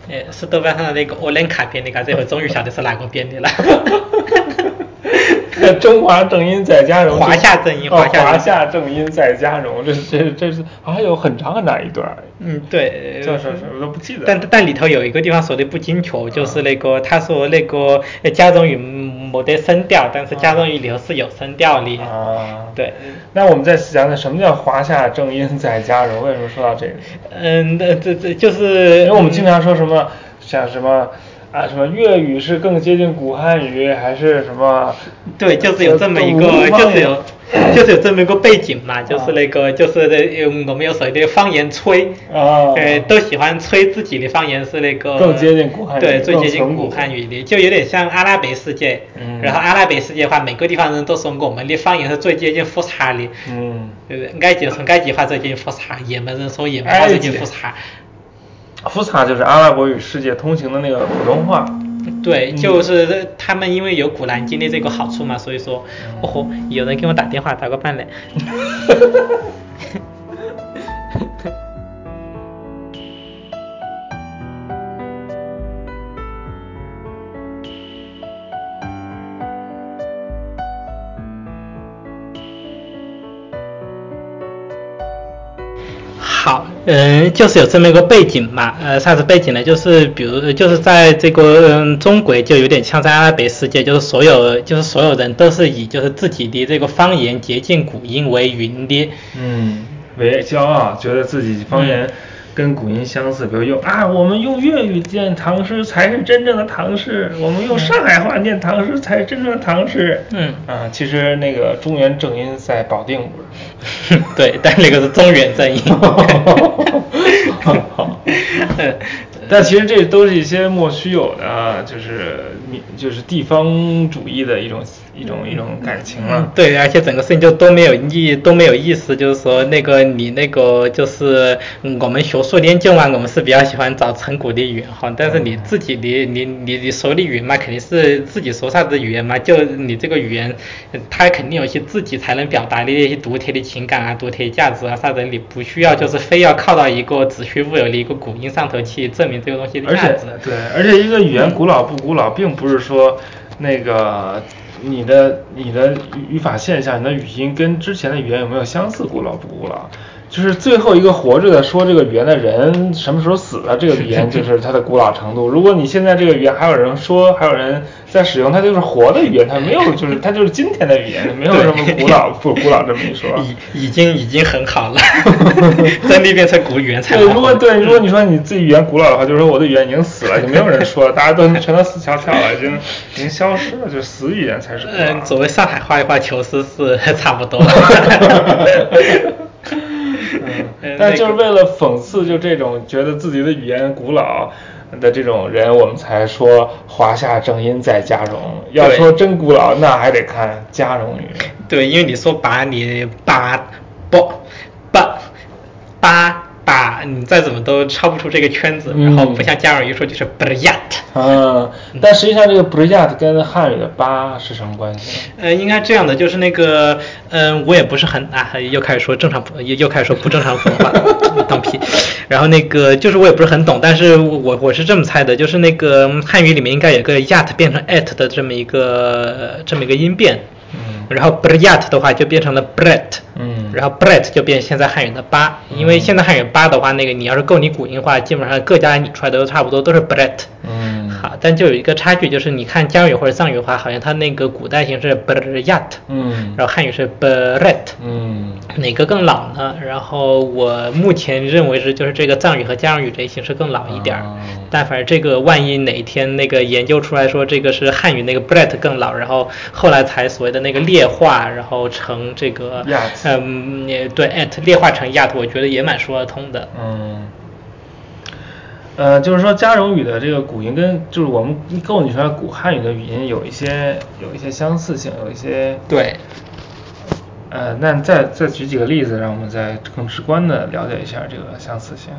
呃，是豆瓣上的那个 Olenka 编的，嘎，这回终于晓得是哪个编的了。”。
中华正音在加绒，
华夏正音
哦
华夏正音
华夏正音在加绒，这这这是好像有很长很长一段儿，
嗯，对，
叫什么我都不记得了。啊
但但里头有一个地方说的不精确，就是那个他说那个呃加绒语没得声调，但是加绒语里头是有声调的。
啊，
对。
那我们再讲讲什么叫华夏正音在加绒？为什么说到这个？
嗯，那这这就
因
是
为我们经常说什么，像什么啊，什么粤语是更接近古汉语，还是什么？
对，就是有这么一
呃
个，
动物啊
就是有
方
就是有这么一个背景嘛，就是那个就是呃我们有所谓的方言吹。
啊，
对，都喜欢吹自己的方言是那个
更接近古汉语
对，最
更
接近
淳
古
朴
汉语的，就有点像阿拉伯世界。
嗯
然后阿拉伯世界的话，每个地方人都说我们的方言是最接近复查的。
嗯，
对不对？埃及从埃及话最近复查，也没人说也没
埃
话最
及
近复查。
福萨就是阿拉伯语世界通行的那个普通话，嗯
对，就是他们因为有古兰经的这个好处嘛，所以说，
嗯
哦吼，有人给我打电话，打 个半脸。好，嗯，就是有这么一个背景嘛，呃，啥子背景呢？就是比如，就是在这个、嗯、中国就有点像在阿拉伯世界，就是所有就是所有人都是以就是自己的这个方言接近古音为云的，
嗯，为骄傲，觉得自己方言跟古音相似，比如用啊，我们用粤语念唐诗才是真正的唐诗，我们用上海话念唐诗才是真正的唐诗。
嗯
啊，其实那个中原正音在保定不是。
对，但那个是中原正音。 呃
但其实这都是一些莫须有的啊，就是你就是地方主义的一种一种一种感情啊了、
嗯，对，而且整个事情就都没有意都没有意思，就是说那个你那个就是嗯我们学术研究嘛，我们是比较喜欢找成果的语言哈，但是你自己你你你你说的语言嘛，肯定是自己说啥子语言嘛，就你这个语言，它肯定有些自己才能表达的一些独特的情感啊、独特的价值啊啥的，你不需要就是非要靠到一个子虚乌有的一个古音上头去证明这个东西的
而
价
且
值。
对，而且一个语言古老不古老，并不是说那个你的你的语法现象、你的语音跟之前的语言有没有相似，古老不古老。就是最后一个活着的说这个语言的人什么时候死了，这个语言就是它的古老程度。如果你现在这个语言还有人说，还有人在使用，它就是活的语言，它没有就是它就是今天的语言，没有什么古老不古老这么一说。
已已经已经很好了， 真的变成古语言才
对，
好。
如果对，如果你说你自己语言古老的话，就是说我的语言已经死了，就没有人说了，大家都全都死翘翘了，已经已经消失了，就是死语言才是古老
嗯，
的。
作为上海话的话，求师是 差不多了。嗯
但就是为了讽刺，就这种觉得自己的语言古老的这种人，我们才说华夏正音在嘉荣。要
对
说真古老，那还得看嘉荣语。
对，因为你说把你把不把把把，你再怎么都超不出这个圈子，
嗯
然后不像加尔一说就是 b r i a t
嗯，但实际上这个 b r i a t 跟汉语的八是什么关系？
呃，应该这样的，就是那个，嗯、我也不是很啊，又开始说正常普，又又开始说不正常普通话 了，当皮。然后那个就是我也不是很懂，但是我我是这么猜的，就是那个嗯汉语里面应该有个 yat 变成 at 的这么一个这么一个音变，
嗯
然后 b r yat 的话就变成了 bret，
嗯
然后 bret 就变现在汉语的八，因为现在汉语八的话，那个你要是够你古音的话，基本上各家拟出来的都差不多都是 bret。
嗯，
好，但就有一个差距，就是你看江语或者藏语的话，好像它那个古代形是 b r y a t
嗯
然后汉语是 b r e t
嗯
哪个更老呢？然后我目前认为是就是这个藏语和江语这一形式更老一点儿。
哦
但反正这个万一哪一天那个研究出来说这个是汉语那个 b r e t 更老，然后后来才所谓的那个劣化，然后成这个
Yat
嗯也对 at 劣化成 yat，我觉得也蛮说得通的。
嗯，呃，就是说加绒语的这个古音跟就是我们构拟出来古汉语的语音有一些有一些相似性，有一些
对，
呃，那你再再举几个例子，让我们再更直观的了解一下这个相似性。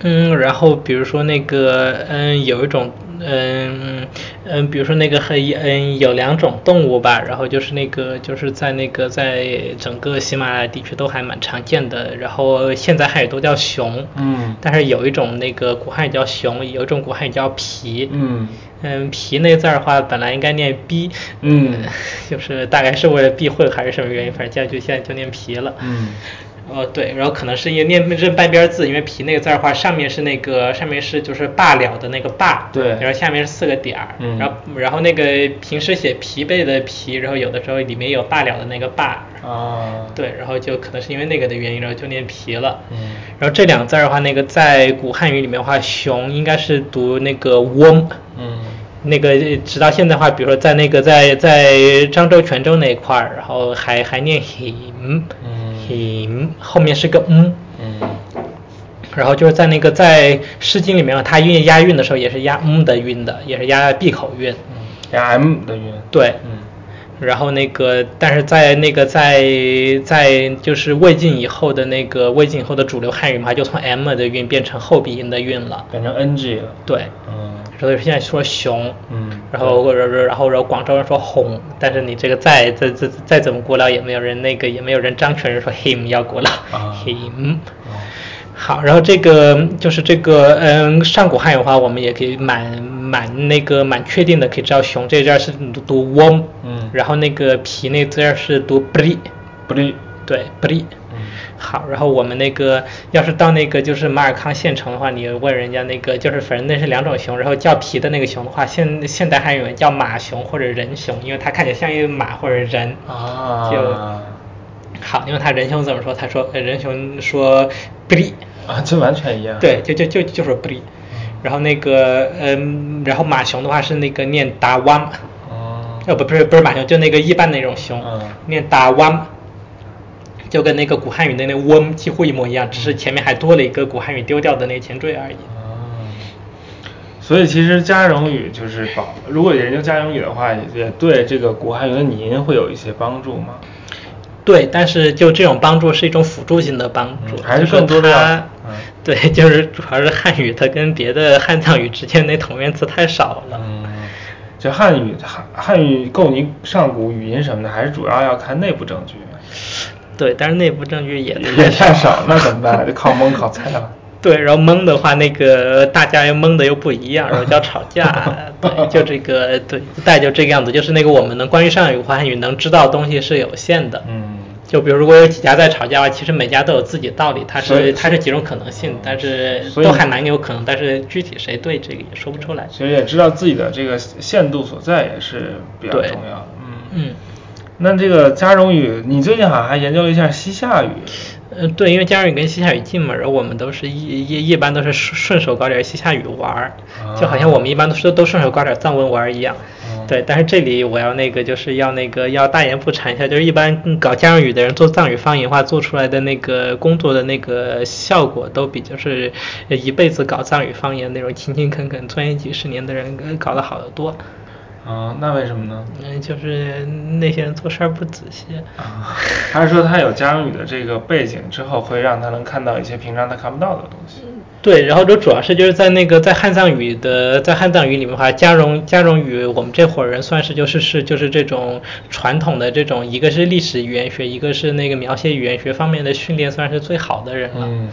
嗯，然后比如说那个，嗯，有一种，嗯嗯，比如说那个很，嗯，有两种动物吧，然后就是那个，就是在那个在整个喜马拉雅地区都还蛮常见的，然后现在汉语都叫熊，
嗯
但是有一种那个古汉语叫熊，有一种古汉语叫皮，
嗯
嗯，皮那字儿的话本来应该念逼，
嗯
就是大概是为了避讳还是什么原因，反正现在就现在就念皮了，
嗯
哦，对，然后可能是因为念认半边字，因为皮那个字儿的话，上面是那个上面是就是罢了的那个罢，
对
然后下面是四个点儿，
嗯
然后然后那个平时写疲惫的疲，然后有的时候里面有罢了的那个罢，
啊，
对，然后就可能是因为那个的原因，然后就念皮了。
嗯
然后这两个字儿的话，那个在古汉语里面的话，熊应该是读那个翁，
嗯
那个呃直到现在的话，比如说在那个在在漳州、泉州那一块儿，然后还还念 him，
嗯
him 后面是个嗯，
嗯
然后就是在那个在《诗经》里面，它韵押韵的时候也是押嗯的韵的，也是押闭口韵。
嗯，加 M 的韵。
对，
嗯
然后那个，但是在那个在在就是魏晋以后的那个魏晋以后的主流汉语嘛，就从 m 的韵变成后鼻音的韵了。
变成 NG 了。
对，
嗯
比如说现在说熊，
嗯
然后或者然后然后广州人说红，但是你这个再再再再怎么古老也没有人那个也没有人漳泉人说 him 要古老、
啊
him。
哦
好，然后这个就是这个，嗯，上古汉语话，我们也可以蛮蛮那个蛮确定的，可以知道熊这字儿是读读 w
嗯
然后那个皮那字儿是读 bri，
不利，
对 bri。
嗯
好，然后我们那个要是到那个就是马尔康县城的话，你问人家那个就是反正那是两种熊，然后叫皮的那个熊的话，现现代汉语叫马熊或者人熊，因为它看起来像一个马或者人。
啊，
就好，因为他人熊怎么说？他说呃人熊说 bri，
啊，这完全一样，
对，就就就就说
嗯
bri。然后那个嗯，然后马熊的话是那个念达汪，
哦，
呃不不是不是马熊，就那个一般那种熊，
嗯
念达汪。就跟那个古汉语的那个 “wom” 几乎一模一样，只是
嗯
前面还多了一个古汉语丢掉的那个前缀而已。
哦所以其实加绒语就是保，如果研究加绒语的话，也也对这个古汉语的拟音会有一些帮助吗？嗯
对，但是就这种帮助是一种辅助性的帮助，
嗯还是
就
更多的要
它
嗯
对，就是主要是汉语它跟别的汉藏语之间那同源词太少了。
嗯，就汉语汉汉语构拟上古语音什么的，还是主要要看内部证据，
对，但是内部 证据也
也
太
太少，那怎么办？就靠 蒙靠猜了。，
对，然后蒙的话，那个大家蒙的又不一样，然后叫吵架 对，就这个，对，大概就这个样子，就是那个我们能关于上语汉语能知道的东西是有限的，
嗯，
就比如如果有几家在吵架的话，其实每家都有自己道理，它
所以
是它是几种可能性，但是
所以
都还蛮有可能，但是具体谁对这个也说不出来。
其实也知道自己的这个限度所在也是比较
对
重要的。嗯，
嗯，
那这个加绒语，你最近好像还研究了一下西夏语。
呃，对，因为加上语跟西夏语近嘛，然后我们都是一一一般都是顺顺手搞点西夏语玩儿，就好像我们一般都是都顺手搞点藏文玩儿一样。
嗯
对，但是这里我要那个就是要那个要大言不惭一下，就是一般嗯搞加上语的人做藏语方言话做出来的那个工作的那个效果，都比就是呃一辈子搞藏语方言那种勤勤恳恳钻研几十年的人呃搞得好得多。
嗯，那为什么呢？
嗯，就是那些人做事儿不仔细。
啊，还是说他有加绒语的这个背景之后，会让他能看到一些平常他看不到的东
嗯
西？
对，然后就主要是就是在那个在汉藏语的在汉藏语里面的话，加绒加绒语我们这伙人算是就是是就是这种传统的这种，一个是历史语言学，一个是那个描写语言学方面的训练，算是最好的人了。
嗯，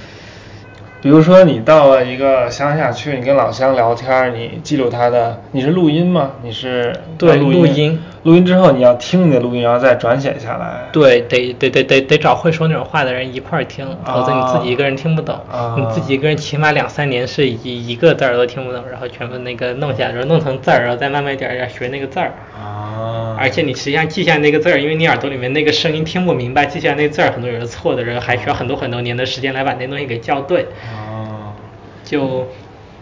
比如说你到了一个乡下去，你跟老乡聊天儿，你记录他的，你是录音吗？你是
对
要录
录音，
录音之后你要听你的录音，然后再转写下来。
对，得得得得得找会说那种话的人一块儿听，否则你
啊
自己一个人听不懂。
啊
你自己一个人起码两三年是一一个字儿都听不懂，然后全部那个弄下来，然后弄成字儿，然后再慢慢一点儿一点儿学那个字儿。
啊，
而且你实际上记下那个字儿，因为你耳朵里面那个声音听不明白，记下那字儿，很多人是错的人，还需要很多很多年的时间来把那东西给校对。
哦，
就，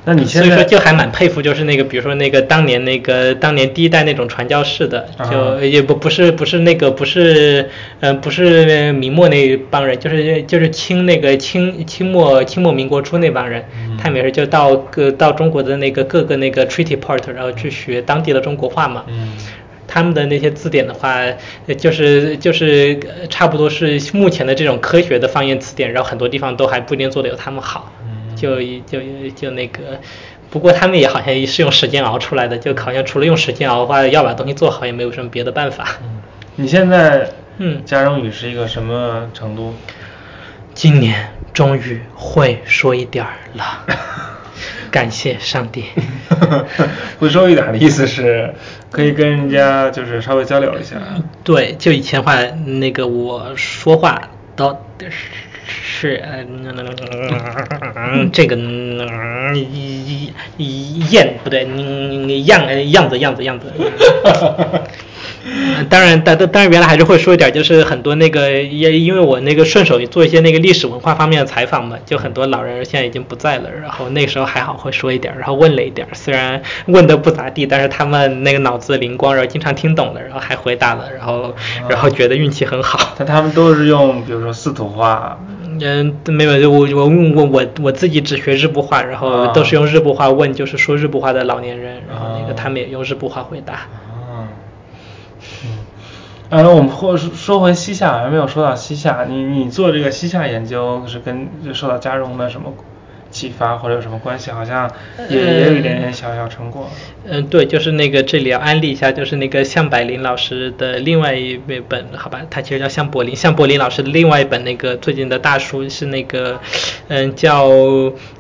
那你现
所以
在
说就还蛮佩服，就是那个比如说那个当年那个当年第一代那种传教士的，
啊
就也不不是不是那个不是，呃不是明末那帮人，就是就是清那个清清末清末民国初那帮人，
嗯
他们也是就到各到中国的那个各个那个 treaty port，然后去学当地的中国话嘛。
嗯
他们的那些字典的话，呃就是就是呃差不多是目前的这种科学的方言词典，然后很多地方都还不一定做的有他们好
嗯，
就就就那个。不过他们也好像也是用时间熬出来的，就好像除了用时间熬的话，要把东西做好也没有什么别的办法。
嗯，你现在
嗯
加绒语是一个什么程度？
今年终于会说一点儿 了，感谢上帝。
会说一点的意思是可以跟人家就是稍微交流一下。
对，就以前话那个我说话都是嗯，这个样不对，样样子样子样子。当然，当当然，原来还是会说一点，就是很多那个也因为我那个顺手做一些那个历史文化方面的采访嘛，就很多老人现在已经不在了，然后那时候还好会说一点，然后问了一点，虽然问的不咋地，但是他们那个脑子灵光，然后经常听懂了，然后还回答了，然后
啊
然后觉得运气很好。
但他们都是用比如说四土话，
嗯，没有，我我我我我自己只学日不话，然后
啊
都是用日不话问，就是说日不话的老年人，然后那
啊
个他们也用日不话回答。
啊，嗯，啊，那我们或说回西夏，还没有说到西夏。你你做这个西夏研究是跟就受到加绒的什么
启发或者有什么关系，好像
呃
也也有一点点小小成果。
嗯，对，就是那个这里要安利一下，就是那个向柏林老师的另外一本，好吧，他其实叫向柏林，向柏林老师的另外一本那个最近的大书是那个，嗯，叫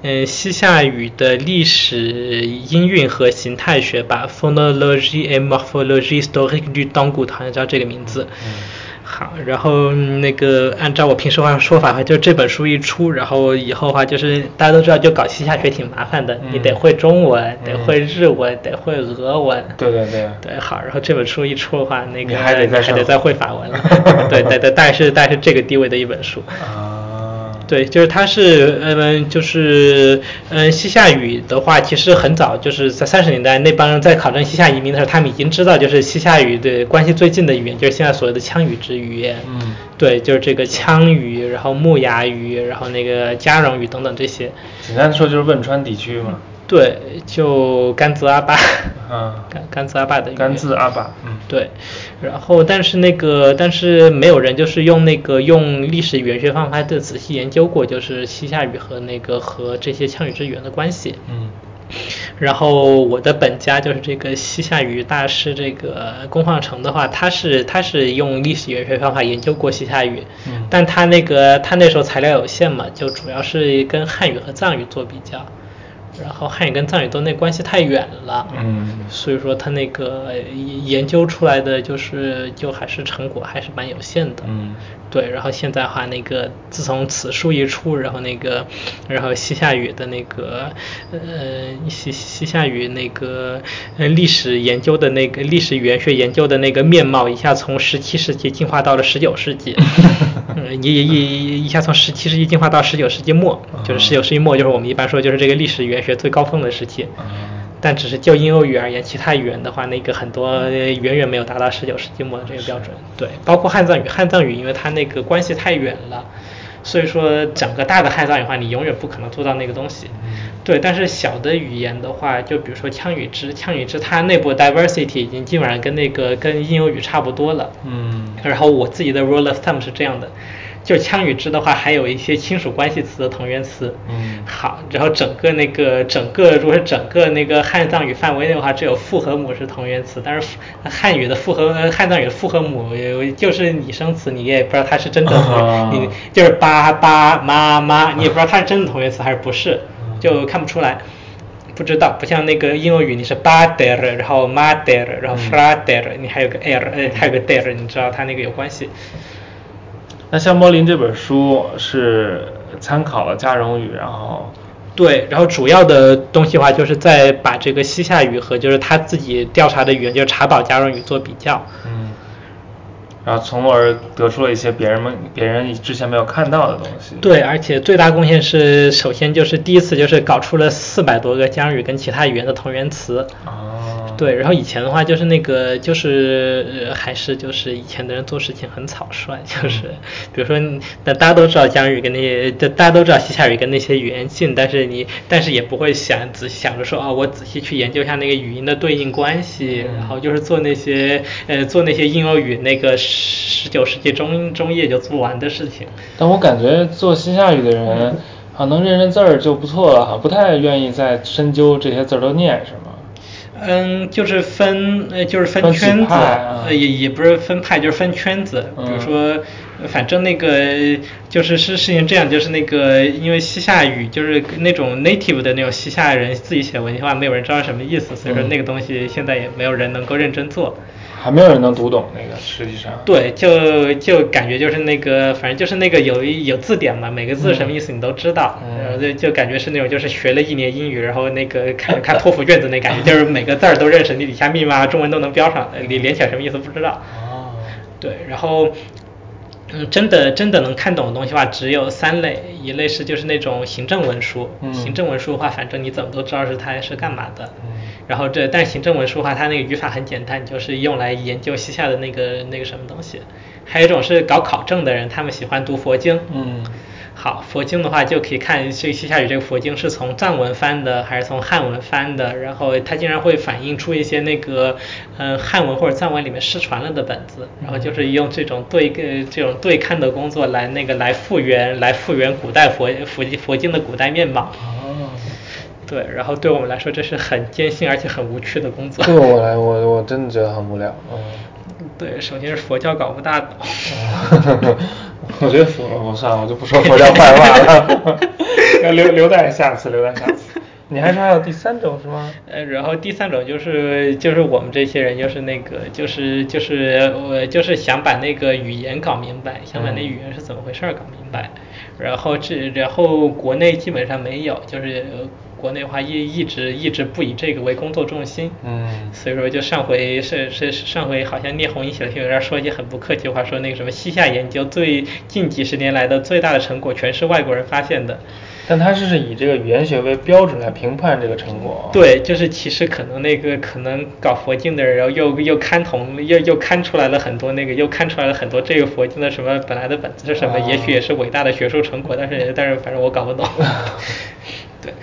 嗯西夏语的历史音韵和形态学吧，Phonology and Morphology Historique du Tango，好像叫这个名字。好，然后那个按照我平时话说法的话，就是这本书一出，然后以后的话就是大家都知道，就搞西夏学挺麻烦
嗯
的，你得会中文，得会日文，得会俄文。
对对对
对，好，然后这本书一出的话，那个
你还得再上
再会法文 了。对对对，大概是大概是这个地位的一本书。
啊，
对，就是它是嗯，就是嗯，西夏语的话，其实很早就是在三十年代那帮人在考证西夏移民的时候，他们已经知道，就是西夏语的关系最近的语言，就是现在所谓的羌语之语言。
嗯
对，就是这个羌语，然后木雅语，然后那个嘉绒语等等这些。
简单的说就是汶川地区嘛，
对，就甘孜阿坝，
啊，
甘甘孜阿坝的语言。
甘孜阿坝，嗯，
对，然后但是那个但是没有人就是用那个用历史语言学方法的仔细研究过，就是西夏语和那个和这些羌语之语言的关系。
嗯，
然后我的本家就是这个西夏语大师这个龚晃成的话，他是他是用历史语言学方法研究过西夏语，
嗯
但他那个他那时候材料有限嘛，就主要是跟汉语和藏语做比较，然后汉语跟藏语都那关系太远了，
嗯
所以说他那个研究出来的就是就还是成果还是蛮有限的，
嗯
对，然后现在的话，那个自从此书一出，然后那个，然后西夏语的那个，呃，西西夏语那个，呃，历史研究的那个历史语言学研究的那个面貌，一下从十七世纪进化到了十九世纪，嗯，一一一下从十七世纪进化到十九世纪末，就是十九世纪末，就是我们一般说就是这个历史语言学最高峰的时期。
啊，
但只是就英欧语而言，其他语言的话，那个很多呃远远没有达到十九世纪末的这个标准。对，包括汉藏语，汉藏语因为它那个关系太远了，所以说整个大的汉藏语的话，你永远不可能做到那个东西。对，但是小的语言的话，就比如说羌语支，羌语支它内部 diversity 已经基本上跟那个跟印欧语差不多了。
嗯
然后我自己的 rule of thumb 是这样的，就羌与支的话，还有一些亲属关系词的同源词。
嗯
好，然后整个那个整个如果是整个那个汉藏语范围内的话，只有复合母是同源词，但是复汉语的复合呃汉藏语的复合母呃就是拟声词，你也不知道它是真的同源，
啊
你就是爸爸妈妈，你也不知道它是真的同源词还是不是，
嗯
就看不出来。不知道，不像那个英语，你是 father，然后 mother，然后 father，、你还有个 air，呃，还有个 there，你知道它那个有关系。
那香柏林这本书是参考了加绒语，然后
对，然后主要的东西的话，就是在把这个西夏语和就是他自己调查的语言，就是查宝加绒语做比较。
嗯，然后从而得出了一些别人们别人之前没有看到的东西。
对，而且最大贡献是，首先就是第一次就是搞出了四百多个加绒语跟其他语言的同源词。
哦，
对，然后以前的话就是那个就是、呃、还是就是以前的人做事情很草率，就是比如说你，但大家都知道疆语跟那些，大大家都知道西夏语跟那些语言近，但是你但是也不会想仔细想着说啊、我仔细去研究一下那个语音的对应关系，然后就是做那些呃做那些印欧语那个十九世纪中中叶就做完的事情。
但我感觉做西夏语的人，好像能认认字儿就不错了，好像不太愿意再深究这些字儿都念什么。
嗯，就是分呃，就是
分
分
几
圈子，
派啊嗯
呃，也也不是分派，就是分圈子。比如说，呃反正那个就是是事情这样，就是那个因为西夏语就是那种 native 的那种西夏人自己写文的话，没有人知道什么意思，所以说
嗯
那个东西现在也没有人能够认真做。
还没有人能读懂那个，实际上。
对，就就感觉就是那个，反正就是那个有一有字典嘛，每个字什么意思你都知道，
嗯
然后就就感觉是那种就是学了一年英语，然后那个看看托福卷子那感觉，就是每个字儿都认识，你底下密码中文都能标上，呃连连起来什么意思不知道。
哦，
对，然后，嗯，真的真的能看懂的东西的话，只有三类，一类是就是那种行政文书，
嗯
行政文书的话，反正你怎么都知道是它是干嘛的。
嗯
然后这，但行政文书的话，它那个语法很简单，就是用来研究西夏的那个那个什么东西。还有一种是搞考证的人，他们喜欢读佛经。
嗯，
好，佛经的话就可以看这个西夏语这个佛经是从藏文翻的还是从汉文翻的，然后它竟然会反映出一些那个呃汉文或者藏文里面失传了的本子，然后就是用这种对呃这种对看的工作来那个来复原来复原古代佛佛佛经的古代面貌。
哦，
对，然后对我们来说这是很艰辛而且很无趣的工作。
这个我来，我我真的觉得很无聊。嗯，
对，首先是佛教搞不大懂，
我觉得佛，我算了，我就不说佛教坏话了，
留留待下次，留待下次。你还说还有第三种是吗？
呃，然后第三种就是就是我们这些人就是那个就是就是我就是想把那个语言搞明白，想把那语言是怎么回事儿搞明白。然后这然后国内基本上没有，就是呃国内话一一直一直不以这个为工作重心。
嗯
所以说，就上回是是是上回好像聂红一写的评论上说一句很不客气的话，说那个什么西夏研究最近几十年来的最大的成果全是外国人发现的。
但它是以这个语言学为标准来评判这个成果。，
对，就是其实可能那个可能搞佛经的人，然后又又看同又又看出来了很多那个又看出来了很多这个佛经的什么本来的本质是什么，也许也是伟大的学术成果，但是但是反正我搞 不懂。对。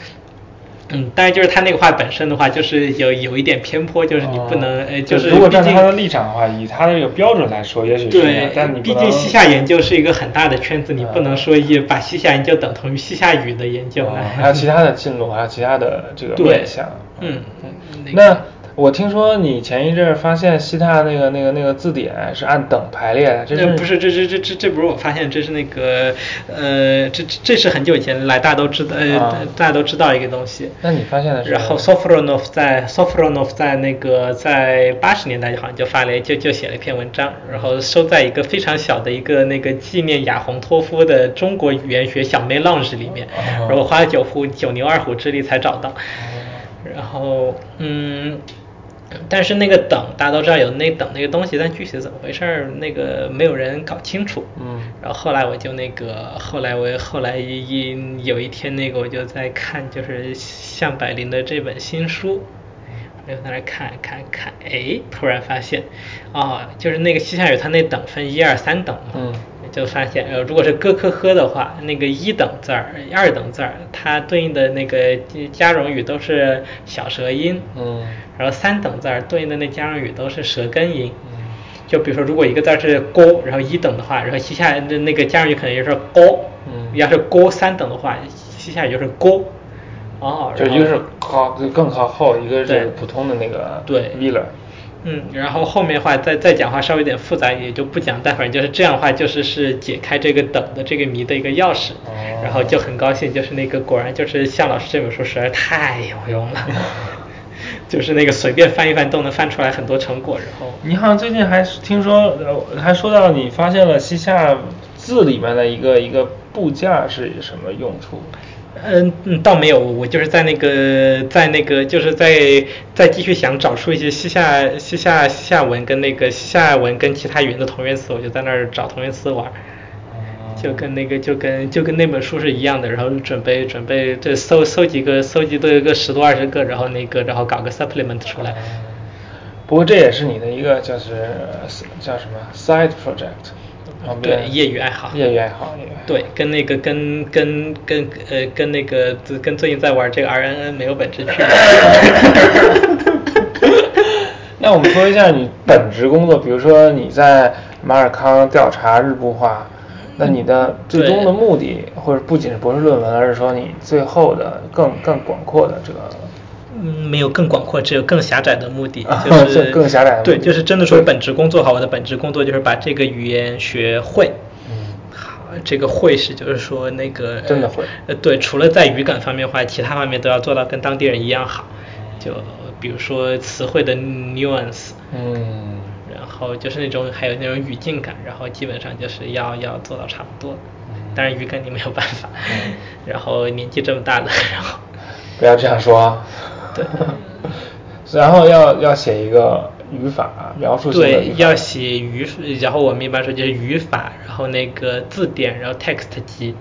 嗯，当然就是他那个话本身的话，就是有有一点偏颇，就是你不能，呃，
就是哦如果站
毕
在
竟
他的立场的话，以他的这个标准来说，也许是这样
对，，
但你不
毕
能嗯
竟西夏研究是一个很大的圈子，你不能说一把西夏研究等同于西夏语的研究
哦
来。
还有其他的进路，还有其他的这个
对
面向。，
嗯，那个
那我听说你前一阵儿发现西大那个那个那个字典是按等排列的，这
这
是
呃不是这这这这这不是我发现，这是那个呃，这这这是很久以前来大家都知道，呃，
啊
大家都知道一个东西。
那你发现的是
然后 Sofronov 在 Sofronov 在那个在八十年代好像就发了就就写了一篇文章，然后收在一个非常小的一个那个纪念雅洪托夫的中国语言学小 Melange 里面，
哦
然后花了九壶九牛二虎之力才找到。然后嗯，但是那个等大家都知道有那等那个东西，但具体怎么回事儿那个没有人搞清楚。
嗯
然后后来我就那个，后来我后来一一有一天那个我就在看，就是向百灵的这本新书，我就在那儿看看看，哎，突然发现，哦，就是那个西夏语它那等分一二三等嘛，
嗯
就发现呃，如果是咯科呵的话，那个一等字儿、二等字儿，它对应的那个加绒语都是小舌音，
嗯
然后三等字儿对应的那加绒语都是舌根音，
嗯
就比如说，如果一个字儿是“勾”，然后一等的话，然后西夏那那个加上语可能就是“勾”，
嗯
要是“勾”三等的话，西夏语就是“勾”。哦，
就
然后
一个是靠更靠后，一个
对
是普通的那个
对
v i l l e r
嗯，然后后面的话再再讲话稍微有点复杂，也就不讲，但反正就是这样的话，就是是解开这个等的这个谜的一个钥匙。
哦
然后就很高兴，就是那个果然就是向老师这本书实在太有用了，就是那个随便翻一翻都能翻出来很多成果，然后。
你好像最近还是听说，呃还说到你发现了西夏字里面的一个一个部件是什么用处？
嗯，嗯，倒没有，我就是在那个，在那个，就是在在继续想找出一些西夏、西夏、西夏文跟那个西夏文跟其他语言的同源词，我就在那儿找同源词玩儿，就跟那个就跟就跟那本书是一样的，然后准备准备这搜搜集个搜集个个十多二十个，然后那个然后搞个 supplement 出来。
不过这也是你的一个就是呃叫什么 side project，旁边
对业余爱好
业余爱好，业余爱好
对，跟那个跟跟跟呃跟那个跟最近在玩这个 RNN 没有本质区别。
那我们说一下你本职工作，比如说你在马尔康调查日部化，那你的最终的目的，或者不仅是博士论文，而是说你最后的更更广阔的这个，，
嗯，没有更广阔，只有更狭窄的目的 就
这
是
更狭窄的目的
对，就是真的说本职工作好，我的本职工作就是把这个语言学会。
嗯，
好，这个会是就是说那个呃
真的会
呃，对，除了在语感方面的话，其他方面都要做到跟当地人一样好。就比如说词汇的 nuance，
嗯，
然后就是那种还有那种语境感，然后基本上就是要要做到差不多。
嗯
当然语感你没有办法， 然后年纪这么大了，然后
不要这样说啊。
对。
然后要要写一个语法描述性的
对
语，法
要写语，然后我们一般说就是语法，然后那个字典，然后 text 集。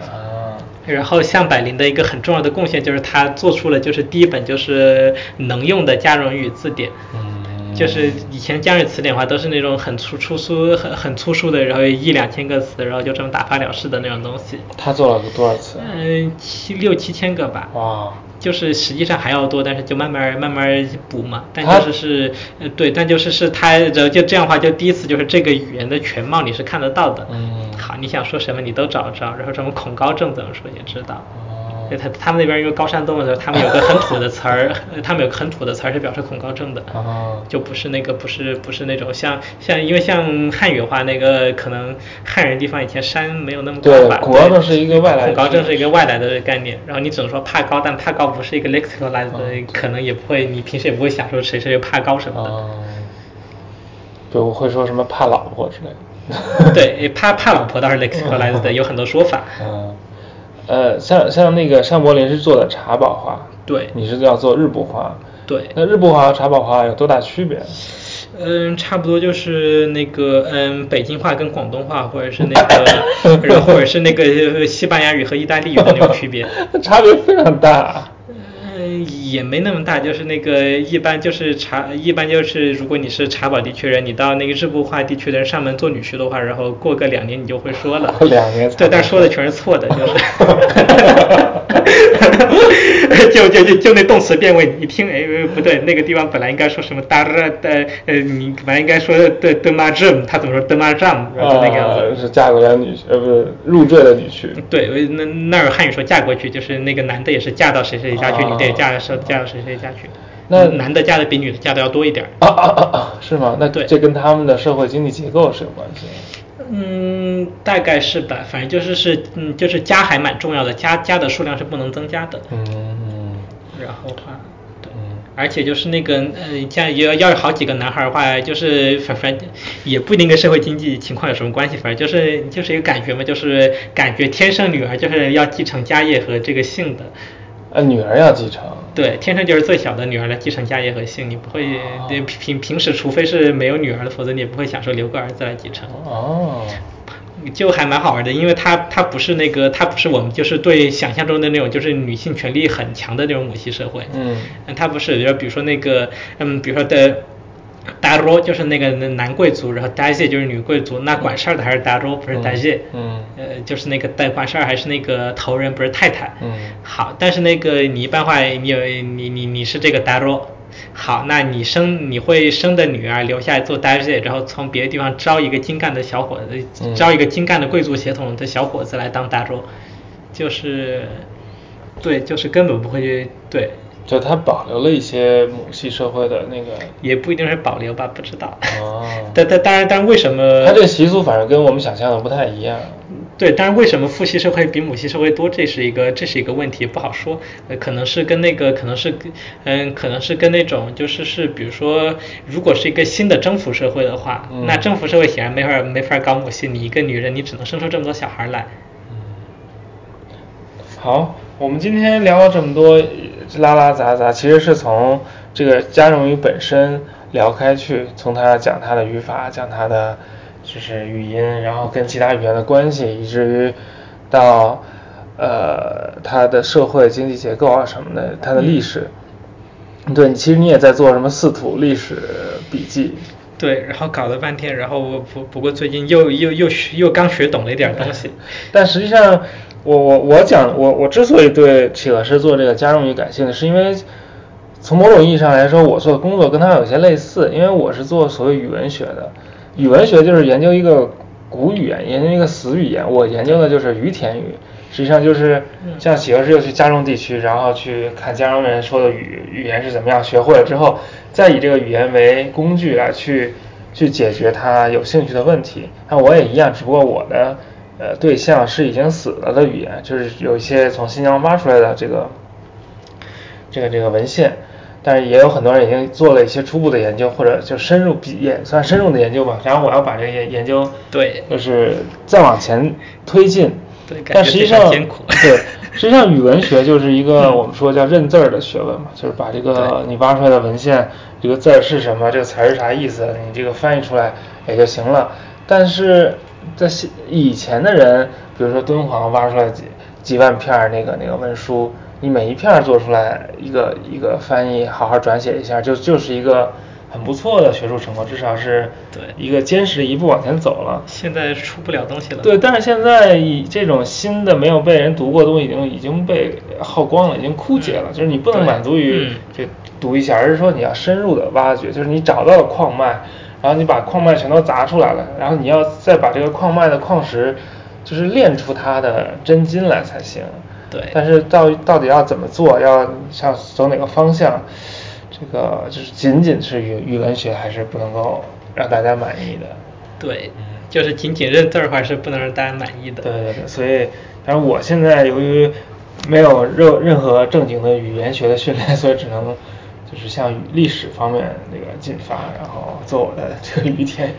啊，
然后向百灵的一个很重要的贡献就是他做出了就是第一本就是能用的加绒语字典。
嗯
就是以前加绒语词典的话，都是那种很粗粗疏、很很粗疏的，然后一两千个词，然后就这么打发了事的那种东西。
他做了多少次？
嗯，七六七千个吧。
哇，
就是实际上还要多，但是就慢慢慢慢补嘛。但
它
就是是，呃，对，但就是是它，然后就这样的话，就第一次就是这个语言的全貌你是看得到的。
嗯
好，你想说什么你都找得着，然后什么恐高症怎么说也知道。
哦，
就他他们那边因为高山动物的时候，他们有个很土的词儿， 他们有个很土的词儿是表示恐高症的，
哦
就不是那个不是不是那种像像因为像汉语的话，那个可能汉人地方以前山没有那么高
对
吧，
恐高症是一个外来的
恐高症是一个外来的概念，然后你只能说怕高，但怕高不是一个 lexicalized，、
哦
可能也不会，你平时也不会想说谁谁怕高什么的。
哦，对，我会说什么怕老婆之类的。
对，怕怕老婆倒是 lexicalized 的，有很多说法。
嗯，呃，像像那个上柏林是做的茶宝花，
对
你是要做日不花，
对
那日不花和茶宝花有多大区别？
嗯，差不多就是那个嗯，北京话跟广东话，或者是那 个，然后或者是那个呃西班牙语和意大利语的那种区别。
差别非常大。。
嗯，也没那么大，就是那个一般就是茶，一般就是如果你是茶宝地区人，你到那个日不化地区的人上门做女婿的话，然后过个两年你就会说了
两年才
对，但说的全是错的， 就是，就就就就那动词变位，你一听，哎，不对，那个地方本来应该说什么哒哒哒，呃，你本来应该说的的妈 jam，他怎么说的妈 jam，然 后就那个嗯样子。
呃，是嫁过来女婿，呃，不是入赘的女婿。
对，为那那儿汉语说嫁过去，就是那个男的也是嫁到谁谁家去，
哦
女的也嫁到谁嫁到谁谁家去。
那
嗯男的嫁的比女的嫁的要多一点儿。
啊啊啊啊！是吗？那
对
这跟他们的社会经济结构是有关系的。
嗯，大概是吧，反正就是是，嗯，就是家还蛮重要的，家家的数量是不能增加的。
嗯嗯
然后话，对，
嗯
而且就是那个，呃，像要要有好几个男孩儿的话，就是反反正也不一定跟社会经济情况有什么关系，反正就是就是一个感觉嘛，就是感觉天生女儿就是要继承家业和这个姓的。
啊，女儿要继承。
对，天生就是最小的女儿来继承家业和姓，你不会
哦
对平平时，除非是没有女儿的，否则你也不会想说留个儿子来继承，
哦，
就还蛮好玩的，因为它它不是那个，它不是我们就是对想象中的那种，就是女性权利很强的那种母系社会，
嗯
嗯，它不是，就比如说那个，嗯，比如说的。达罗就是那个男贵族，然后达谢就是女贵族，那管事儿的还是达罗，不是达谢。
嗯
呃，就是那个代管事儿还是那个头人，不是太太。
嗯
好，但是那个你一般话，你有你你你是这个达罗，好，那你生你会生的女儿留下来做达姐，然后从别的地方招一个精干的小伙子，
嗯
招一个精干的贵族血统的小伙子来当达罗，就是，对，就是根本不会对，
就它保留了一些母系社会的那个。
也不一定是保留吧，不知道。
哦
但但当然，但为什么？
它这个习俗反正跟我们想象的不太一样。
对，但是为什么父系社会比母系社会多，这是一个这是一个问题，不好说。呃，可能是跟那个，可能是跟，嗯，可能是跟那种，就是是，比如说，如果是一个新的征服社会的话，
嗯
那征服社会显然没法没法搞母系，你一个女人，你只能生出这么多小孩来。
好，我们今天聊了这么多呃拉拉杂杂，其实是从这个加绒语本身聊开去，从它讲它的语法，讲它的就是语音，然后跟其他语言的关系，以至于到呃它的社会经济结构啊什么的，它的历史。对，你其实你也在做什么四土历史笔记，
对，然后搞了半天，然后我不不过最近又又又学又刚学懂了一点东 西。
但实际上，我我我讲我我之所以对企鹅师做这个加绒语感兴趣，是因为从某种意义上来说，我做的工作跟他有些类似，因为我是做所谓语文学的，语文学就是研究一个古语言，研究一个死语言，我研究的就是于田语。实际上就是像企鹅师又去加绒地区，然后去看加绒人说的语语言是怎么样，学会了之后，再以这个语言为工具来去去解决他有兴趣的问题。那我也一样，只不过我的呃对象是已经死了的语言，就是有一些从新疆挖出来的这个这个这个文献，但是也有很多人已经做了一些初步的研究，或者就深入比也算深入的研究吧。然后我要把这个研研究
对
就是再往前推进。
对感觉
但实际
非常
上
艰苦
对，实际上语文学就是一个我们说叫认字儿的学问嘛，就是把这个
嗯对
你挖出来的文献，这个字儿是什么，这个词儿是啥意思，你这个翻译出来也就行了。但是在现以前的人，比如说敦煌挖出来几几万片儿那个那个文书，你每一片儿做出来一个一个翻译，好好转写一下，就就是一个很不错的学术成果，至少是
对
一个坚实的一步往前走了。
现在出不了东西了。
对，但是现在以这种新的没有被人读过的东西，已经已经被耗光了，已经枯竭了。就是你不能
嗯对
满足于
嗯
这读一下，而是说你要深入的挖掘，就是你找到了矿脉，然后你把矿脉全都砸出来了，然后你要再把这个矿脉的矿石，就是炼出它的真金来才行。
对
但是到到底要怎么做，要想走哪个方向，这个就是仅仅是语语文学还是不能够让大家满意的。
对，就是仅仅认字儿的话是不能让大家满意的。
对对对，所以，但是我现在由于没有任任何正经的语言学的训练，所以只能就是向语历史方面那个进发，然后做我的 这个于天宇。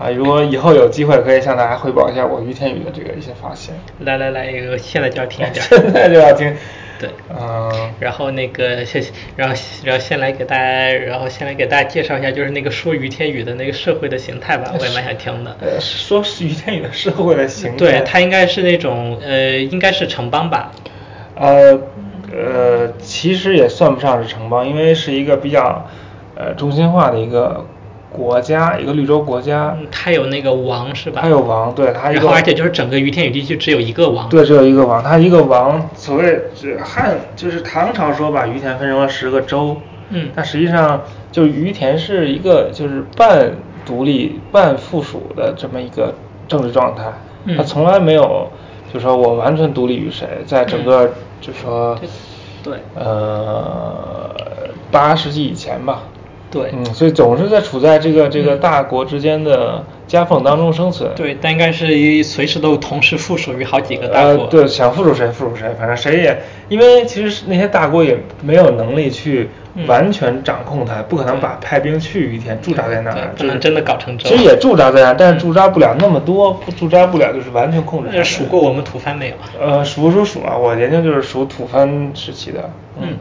啊，如果以后有机会，可以向大家汇报一下我于天宇的这个一些发现。
来来来，一个现在就要听一点 儿。
现在就要听。
对
嗯、
然后那个先，然后然后先来给大家，然后先来给大家介绍一下，就是那个说于天宇的那个社会的形态吧，我也蛮想听的。
呃，说是于天宇的社会的形态。
对，它应该是那种呃，应该是城邦吧？
呃呃，其实也算不上是城邦，因为是一个比较呃中心化的一个国家，一个绿洲国家。
嗯，它有那个王是吧？
它有王对它一
然
个
后而且就是整个于天宇地区只有一个王。
对，只有一个王，它一个王，所谓这汉就是唐朝说把于田分成了十个州，
嗯
但实际上就是于田是一个就是半独立半附属的这么一个政治状态，
嗯
它从来没有就说我完全独立于谁，在整个就说、
嗯对
呃八世纪以前吧，
对嗯
嗯，所以总是在处在这个这个大国之间的夹缝当中生存，
对，但应该是一随时都同时附属于好几个大
呃
国。，
对，想附属谁附属谁，反正谁也，因为其实是那些大国也没有能力去
嗯
完全掌控它，不可能把派兵去于田驻扎在那
对
儿，啊
不
就是
能真的搞成州
其实也驻扎在那儿，但是驻扎不了那么多，不驻扎不了就是完全控制它
那
的。
呃数过我们吐蕃没有？
呃，数不数数啊？我研究就是数吐蕃时期的，
嗯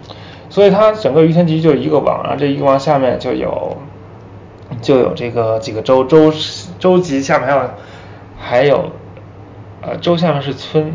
所以它整个于田集就一个王，然后这一个王下面就有就有这个几个州，州州级下面还有还有呃州下面是村，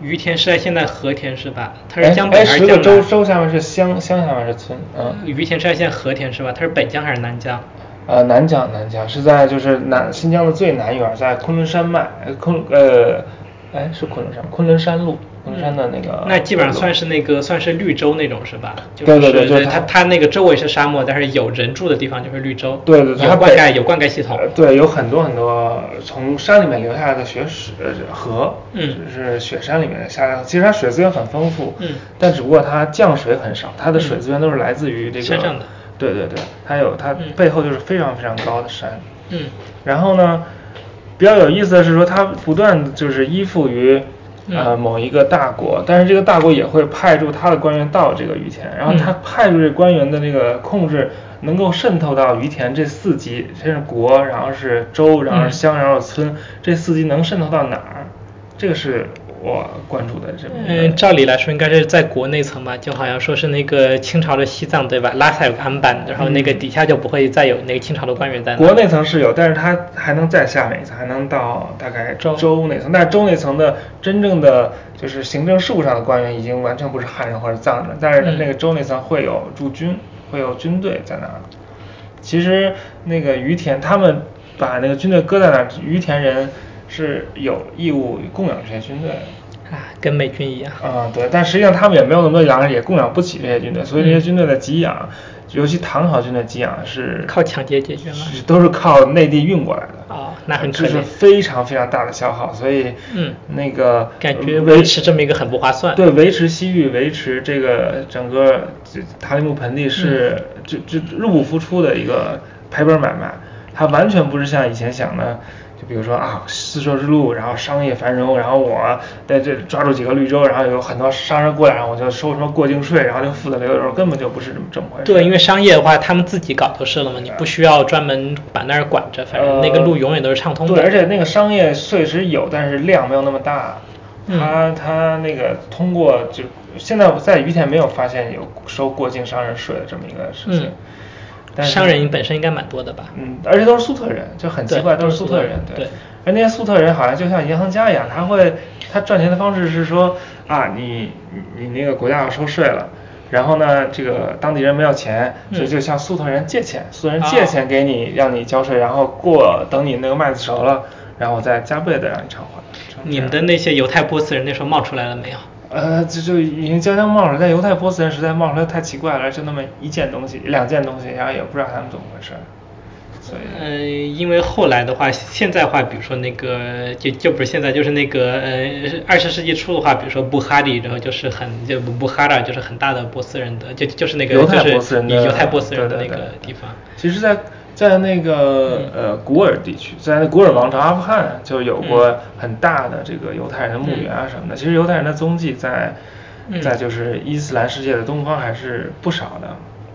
于田是在现在和田是吧？它
哎
是江北还
哎、十
是
个
江
州
南？呃
州下面是乡，乡下面是村，嗯，
于田是在现在和田是吧？它是北疆还是南疆？
呃，南疆南疆是在就是南新疆的最南缘，在昆仑山脉，呃昆呃，哎是昆仑山，昆仑山路，昆仑山的那个，
嗯那基本上算是那个算是绿洲那种是吧？就
对
是
对对就是
它
它
它那个周围是沙漠，但是有人住的地方就是绿洲。
对对对，
有
它
灌
北
溉有灌溉系统
呃。对，有很多很多从山里面流下来的雪水呃河，
嗯
就是雪山里面下来的。其实它水资源很丰富，
嗯
但只不过它降水很少，它的水资源都是来自于这个
山上的
对对对，它有它
嗯
背后就是非常非常高的山，
嗯
然后呢，比较有意思的是说，它不断就是依附于呃
嗯
某一个大国，但是这个大国也会派驻他的官员到这个于田，然后他
嗯
派驻这官员的那个控制。能够渗透到于田这四级，先是国，然后是州，然后是乡，然后是村，这四级能渗透到哪儿？这个是我关注的这么一
嗯，
个。
照理来说应该是在国内层吧，就好像说是那个清朝的西藏对吧？拉萨有个安邦，然后那个底下就不会再有那个清朝的官员在那。
国内层是有，但是它还能再下面一层，还能到大概
州
州那层。但是州那层的真正的就是行政事务上的官员已经完全不是汉人或者藏人了，但是
嗯
那个州那层会有驻军，会有军队在那儿。其实那个于田他们把那个军队搁在那儿，于田人是有义务供养这些军队的。
啊，跟美军一样。
嗯，对，但实际上他们也没有那么多洋人，也供养不起这些军队，所以这些
嗯
军队的给养，尤其唐朝军队给养是
靠抢劫解决吗
是都是靠内地运过来的。
哦那很
这
可
是
怜
非常非常大的消耗，所以
嗯
那个
感觉
呃
维持这么一个很不划算
对，维持西域，维持这个整个这塔里木盆地是
嗯
这这入不敷出的一个赔本买卖，它完全不是像以前想的。就比如说啊，丝绸之路，然后商业繁荣，然后我在这抓住几个绿洲，然后有很多商人过来，然后我就收什么过境税，然后就富得流油，根本就不是这么这么回事。
对，因为商业的话，他们自己搞就是了嘛，你不需要专门把那儿管着，反正那个路永远都是畅通的。
呃对，而且那个商业确实有，但是量没有那么大。
嗯
他他那个通过就现在我在于田没有发现有收过境商人税的这么一个事情。
嗯
但是
商人本身应该蛮多的吧？
嗯，而且都是苏特人，就很奇
对
怪，
都
都
是
是
苏
苏
特
特
人
人，
对
而那些苏特人好像就像银行家一样，他会他赚钱的方式是说啊，你你你那个国家要收税了。然后呢，这个当地人没有钱，
嗯
所以就向苏特人借钱，苏特人
啊
借钱给你，让你交税，然后过等你那个麦子熟了，然后我再加倍的让你偿还。就是这样
你们的那些犹太波斯人那时候冒出来了没有？
呃，这就已经将将冒出来，但犹太波斯人实在冒出来太奇怪了，就那么一件东西、两件东西，然后也不知道他们怎么回事。所以
嗯、因为后来的话，现在话，比如说那个，就就不是现在，就是那个，呃，二十世纪初的话，比如说布哈里，然后就是很就布哈拉，就是很大的波斯人的，就就是那个
犹
就
太
是
波斯人
以
的
犹太波斯人的那
对对
个
对
地方。嗯
其实在，在那个呃古尔地区，在那古尔王朝阿富汗就有
嗯
过很大的这个犹太人墓园啊什么的。其实犹太人的踪迹在
嗯
在就是伊斯兰世界的东方还是不少的。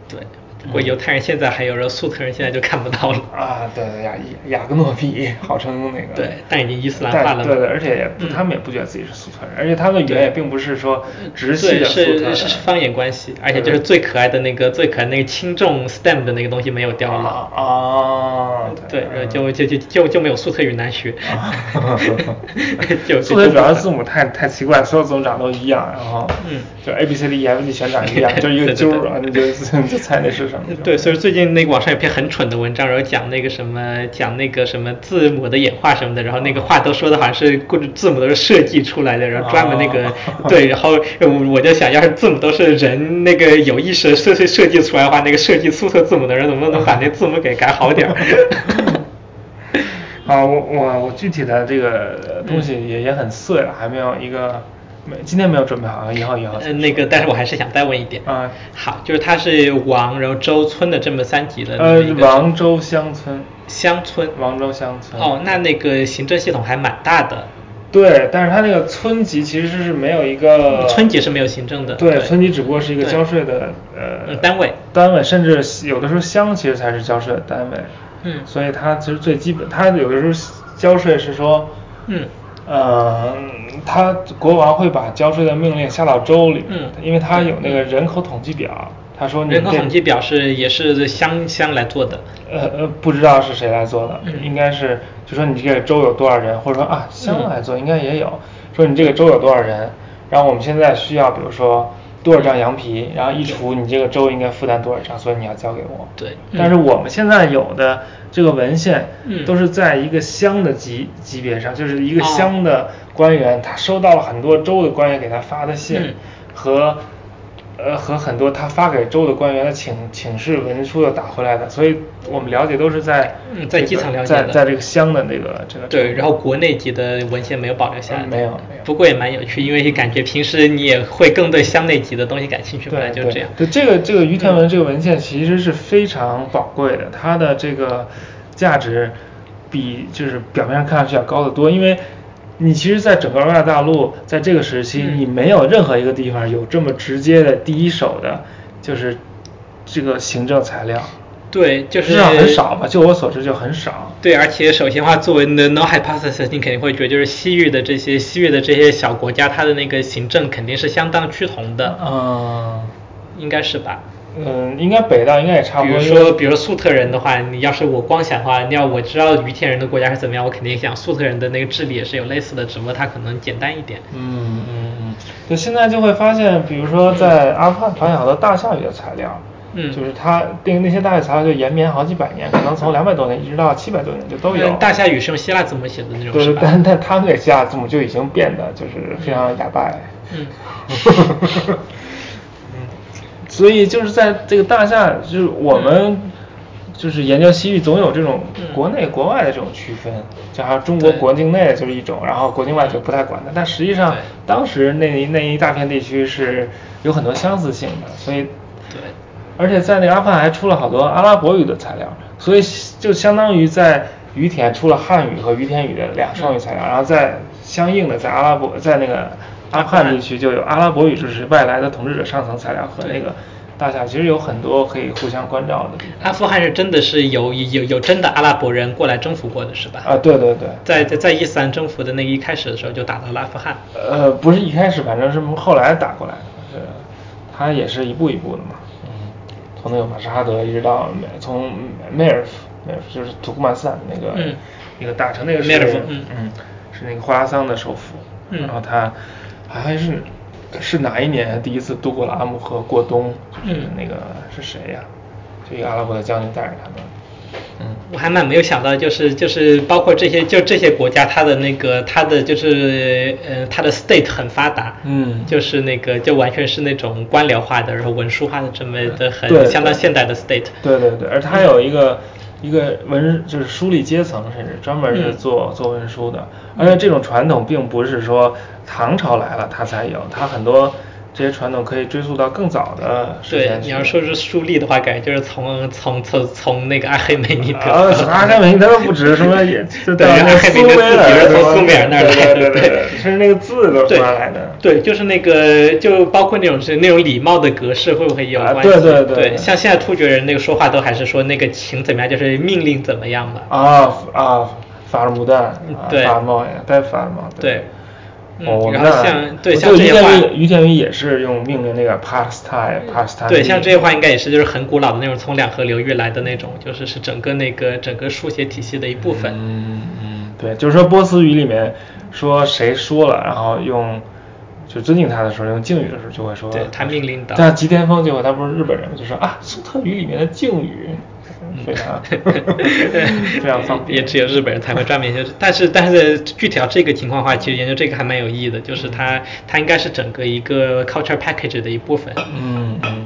对，不过犹太人现在还有，然后粟特人现在就看不到了。
嗯啊，对对，雅雅各诺比号称那个
对但已经伊斯兰化了嘛
对对，而且也不
嗯
他们也不觉得自己是粟特人，而且他们的语言也并不是说直系
对，
的粟特
是
人，
是是方言关系，而且
对
就是最可爱的那个最可爱的那个轻重 stem 的那个东西没有掉了。
啊啊，
对，然后
嗯
就就就就就没有粟特语难学， 就
数
就
学啊
都
主
不
要
会
字母太太奇怪，所有字母长得都一样，然后
嗯
就 A B C D E F G 全长一样，就一个
对对
揪
对
儿啊，你就就猜那是什么。就
对，所以最近那个网上有篇很蠢的文章，然后讲那个什么，讲那个什么字母的演化什么的，然后那个话都说的好像是故字母都是设计出来的，然
啊
后专门那个、
哦
对，然后我我就想要是字母都是人那个有意识设设设计出来的话，那个设计苏特字母的人能不能把那字母给改好点儿？
啊，我我我具体的这个呃东西也也很碎了，还没有一个没今天没有准备好，以后以后再
呃，那个，但是我还是想再问一点。
啊
好，就是它是王，然后周村的这么三级的
说
那
呃
么一个
王州乡村，
乡村。
王州乡村
哦，那那个行政系统还蛮大的。
对，但是它那个村级其实是没有一个
村级是没有行政的
对，
对
村级只不过是一个
对
交税的呃
嗯单位
单位，甚至有的时候乡其实才是交税的单位，
嗯
所以它其实最基本，它有的时候交税是说，
嗯
呃，他国王会把交税的命令下到州里面，
嗯
因为他有那个人口统计表，他说你
人口
这
统计表是也是乡乡来做的。
呃呃，不知道是谁来做的，
嗯
应该是就说你这个州有多少人，或者说啊乡来做应该也有，说你这个州有多少人，然后我们现在需要比如说多少张羊皮，然后一除你这个州应该负担多少张，所以你要交给我。
对嗯
但是我们现在有的这个文献
嗯
都是在一个乡的级级别上，就是一个
哦
乡的官员，他收到了很多州的官员给他发的
嗯
信和。呃，和很多他发给州的官员的请请示文书又打回来的，所以我们了解都是在、这
嗯在
个
基层了解
在
的
在这个乡的那个这个
对，然后国内级的文献没有保留下来、
嗯没有没有
不过也蛮有趣，因为感觉平时你也会更对乡内级的东西感兴趣，本来
对
就是这样。
对，对这个这个于天文这个文献其实是非常宝贵的，它的这个价值比就是表面上看上去要高得多，因为。你其实，在整个欧亚大陆，在这个时期，
嗯
你没有任何一个地方有这么直接的第一手的，就是这个行政材料，
对，就是
至少很少吧？就我所知，就很少。
对，而且首先的话，作为你的 no hypothesis，你肯定会觉得就是西域的这些西域的这些小国家，它的那个行政肯定是相当趋同的，
嗯
应该是吧？
嗯，应该北到应该也差不
比
多。
如
因为
说，比如说粟特人的话，你要是我光想的话，你要我知道于田人的国家是怎么样，我肯定想粟特人的那个治理也是有类似的，只不过它可能简单一点。
嗯嗯嗯，就现在就会发现，比如说在阿富汗发现好多大夏雨的材料，
嗯
就是它那那些大夏雨材料就延绵好几百年，可能从两百多年一直到七百多年就都有。
嗯大夏语是用希腊字母写的那种，
对
是
对，
吧？
但 但他们这希腊字母就已经变得就是非常哑巴哎。
嗯
所以就是在这个大夏，就是我们就是研究西域，总有这种
嗯
国内国外的这种区分，就好像中国
对
国境内就是一种，然后国境外就不太管它。但实际上
对，
当时那一那一大片地区是有很多相似性的，所以
对，
而且在那个阿富汗还出了好多阿拉伯语的材料，所以就相当于在于田出了汉语和于田语的两双语材料，然后在相应的在阿拉伯在那个阿富汗地区就有阿拉伯语，就是外来的统治者上层材料和那个大夏，其实有很多可以互相关照的地
阿富汗是真的是有有有真的阿拉伯人过来征服过的，是吧？
方啊，对对对，
在在在伊斯兰征服的那一开始的时候就打到了阿富汗。
呃，不是一开始，反正是后来打过来的，是他也是一步一步的嘛，嗯，从那个马士哈德一直到美从梅尔夫，梅尔夫就是土库曼斯坦的那个、
嗯
那个大城，那个是
梅尔夫嗯
是那个花拉桑的首府，
嗯
然后他好像是是哪一年第一次渡过了阿姆河过冬，就是
嗯
那个、是谁呀、就一个阿拉伯的将军带着他们，嗯。
我还蛮没有想到，就是就是包括这些就这些国家，它的那个它的就是呃它的 state 很发达，
嗯
就是那个就完全是那种官僚化的，然后文书化的这么的很
对
相当
对
现代的 state，
对对对，而它有一个一个文就是书吏阶层，甚至专门
嗯
是做、做文书的。而且这种传统并不是说唐朝来了它才有，它很多这些传统可以追溯到更早的时
对
间，去。
你要说是树立的话，感觉就是从从从从那个阿黑美尼德，
啊，阿甘美尼德不止什么也，就
对
到那个
阿黑
苏
美
美
尼德自己
尔
是
对
从
吧
苏美尔那儿来
对对
的
对
对
对，是那个字都是
对
他来的。
对，就是那个，就包括那种是那种礼貌的格式，会不会有
啊
关系？
对对对对
像现在突厥人那个说话都还是说那个请怎么样，就是命令怎么样嘛。
啊啊，法尔姆旦，啊
对
法尔茂呀，戴法尔茂。
对，嗯
哦，
然后
那
像对
我
像
记
这
得
些
于
话嗯
建宇于建宇也是用命令那个 pasta pasta。
对，像这些话应该也是就是很古老的那种从两河流域来的那种，就是是整个那个整个书写体系的一部分。
嗯嗯，对，就是说波斯语里面说谁说了，然后用就尊敬他的时候，用敬语的时候就会说
对他命令的
但吉田丰就会，他不是日本人吗，就说啊，粟特语里面的敬语，非 常非常方便。
嗯也只有日本人才会专门研究。但是但是具体到这个情况的话，其实研究这个还蛮有意义的，就是它它应该是整个一个 culture package 的一部分。
嗯嗯，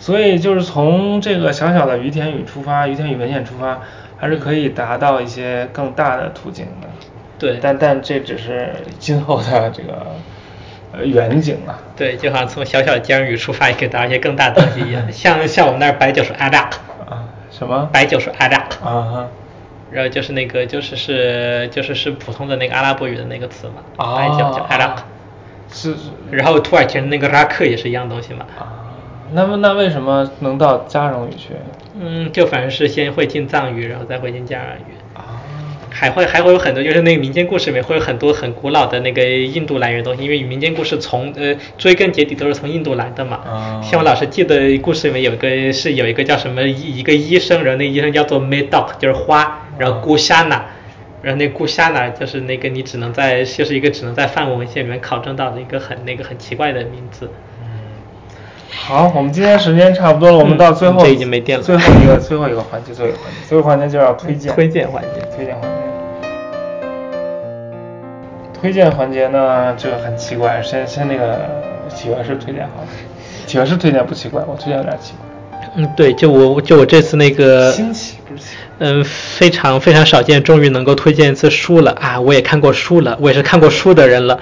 所以就是从这个小小的于田语出发，于田语文献出发，还是可以达到一些更大的途径的。
对，
但但这只是今后的这个呃远景啊。
对，就好像从小小的江语出发，也可以达到一些更大的东西一 样。像像我们那儿白酒是 Arak，
啊，什么？
白酒是 Arak，
啊哈。
然后就是那个就是是就是是普通的那个阿拉伯语的那个词嘛，
啊
白酒叫 Arak，
是是
然后土耳其人那个拉克也是一样东西嘛。
啊，那么那为什么能到加绒语去？
嗯，就反正是先会进藏语，然后再会进加尔语，
啊，
还会还会有很多就是那个民间故事里面会有很多很古老的那个印度来源的东西，因为民间故事从呃追根结底都是从印度来的嘛。
哦
像我老师记得故事里面有一个是有一个叫什么一一个医生，然后那医生叫做 Medoc，就是花，
啊
然后姑莎娜。然后那姑莎娜就是那个你只能在就是一个只能在范文文献里面考证到的一个很那个很奇怪的名字。
好，我们今天时间差不多了，我们到最后、
嗯这已经没电了
最后一个最后一个环节，最后一个环节，最后一个环节就要推荐
推荐环节，
推荐环节。推荐环节呢，这个很奇怪，先先那个企鹅是推荐好了，企鹅是推荐不奇怪，我推荐有点奇怪，
嗯，对，就我就我这次那个
新奇不是奇怪。
嗯，非常非常少见，终于能够推荐一次书了啊！我也看过书了，我也是看过书的人了，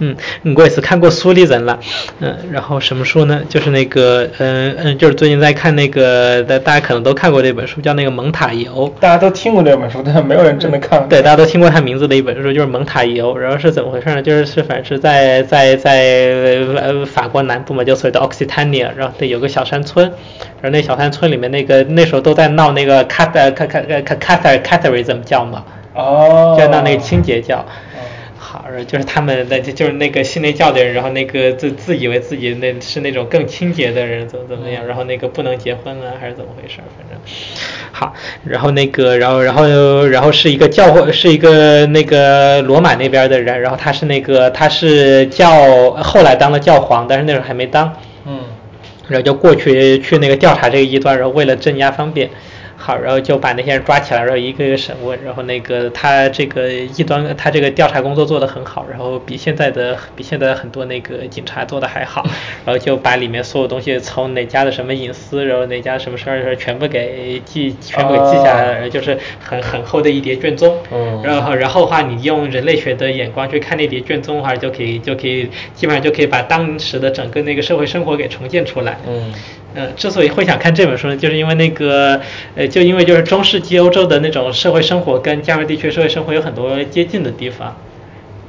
嗯，我也是看过书的人了，嗯，然后什么书呢？就是那个，嗯嗯，就是最近在看那个，大大家可能都看过这本书，叫那个《蒙塔游》。
大家都听过这本书，但没有人真的看过。
对，大家都听过他名字的一本书，就是《蒙塔伊欧》。然后是怎么回事呢？就是是反正是在在在呃法国南部嘛，就所谓的 Occitania，然后对有个小山村，然后那小山村里面那个那时候都在闹那个卡呃卡卡卡卡塔卡塔瑞怎么叫嘛，
哦，
就闹那个清洁教。
哦
好，然后就是他们的，就就是那个信内教的人，然后那个自自以为自己那是那种更清洁的人，怎么怎么样，然后那个不能结婚了，还是怎么回事儿？反正好，然后那个，然后然后然后是一个教会，是一个那个罗马那边的人，然后他是那个他是教后来当了教皇，但是那时候还没当，
嗯，
然后就过去去那个调查这个异端，然后为了镇压方便，好，然后就把那些人抓起来，然后一个一个审问，然后那个他这个异端，他这个调查工作做得很好，然后比现在的比现在很多那个警察做得还好，然后就把里面所有东西从哪家的什么隐私，然后哪家什么事儿全部给记全部给记下来了，然后就是很很厚的一叠卷宗，
嗯
然啊后然后的话，你用人类学的眼光去看那叠卷宗的话，就可以就可以基本上就可以把当时的整个那个社会生活给重建出来。
嗯
呃，之所以会想看这本书呢，就是因为那个，呃，就因为就是中世纪欧洲的那种社会生活跟加密地区社会生活有很多接近的地方，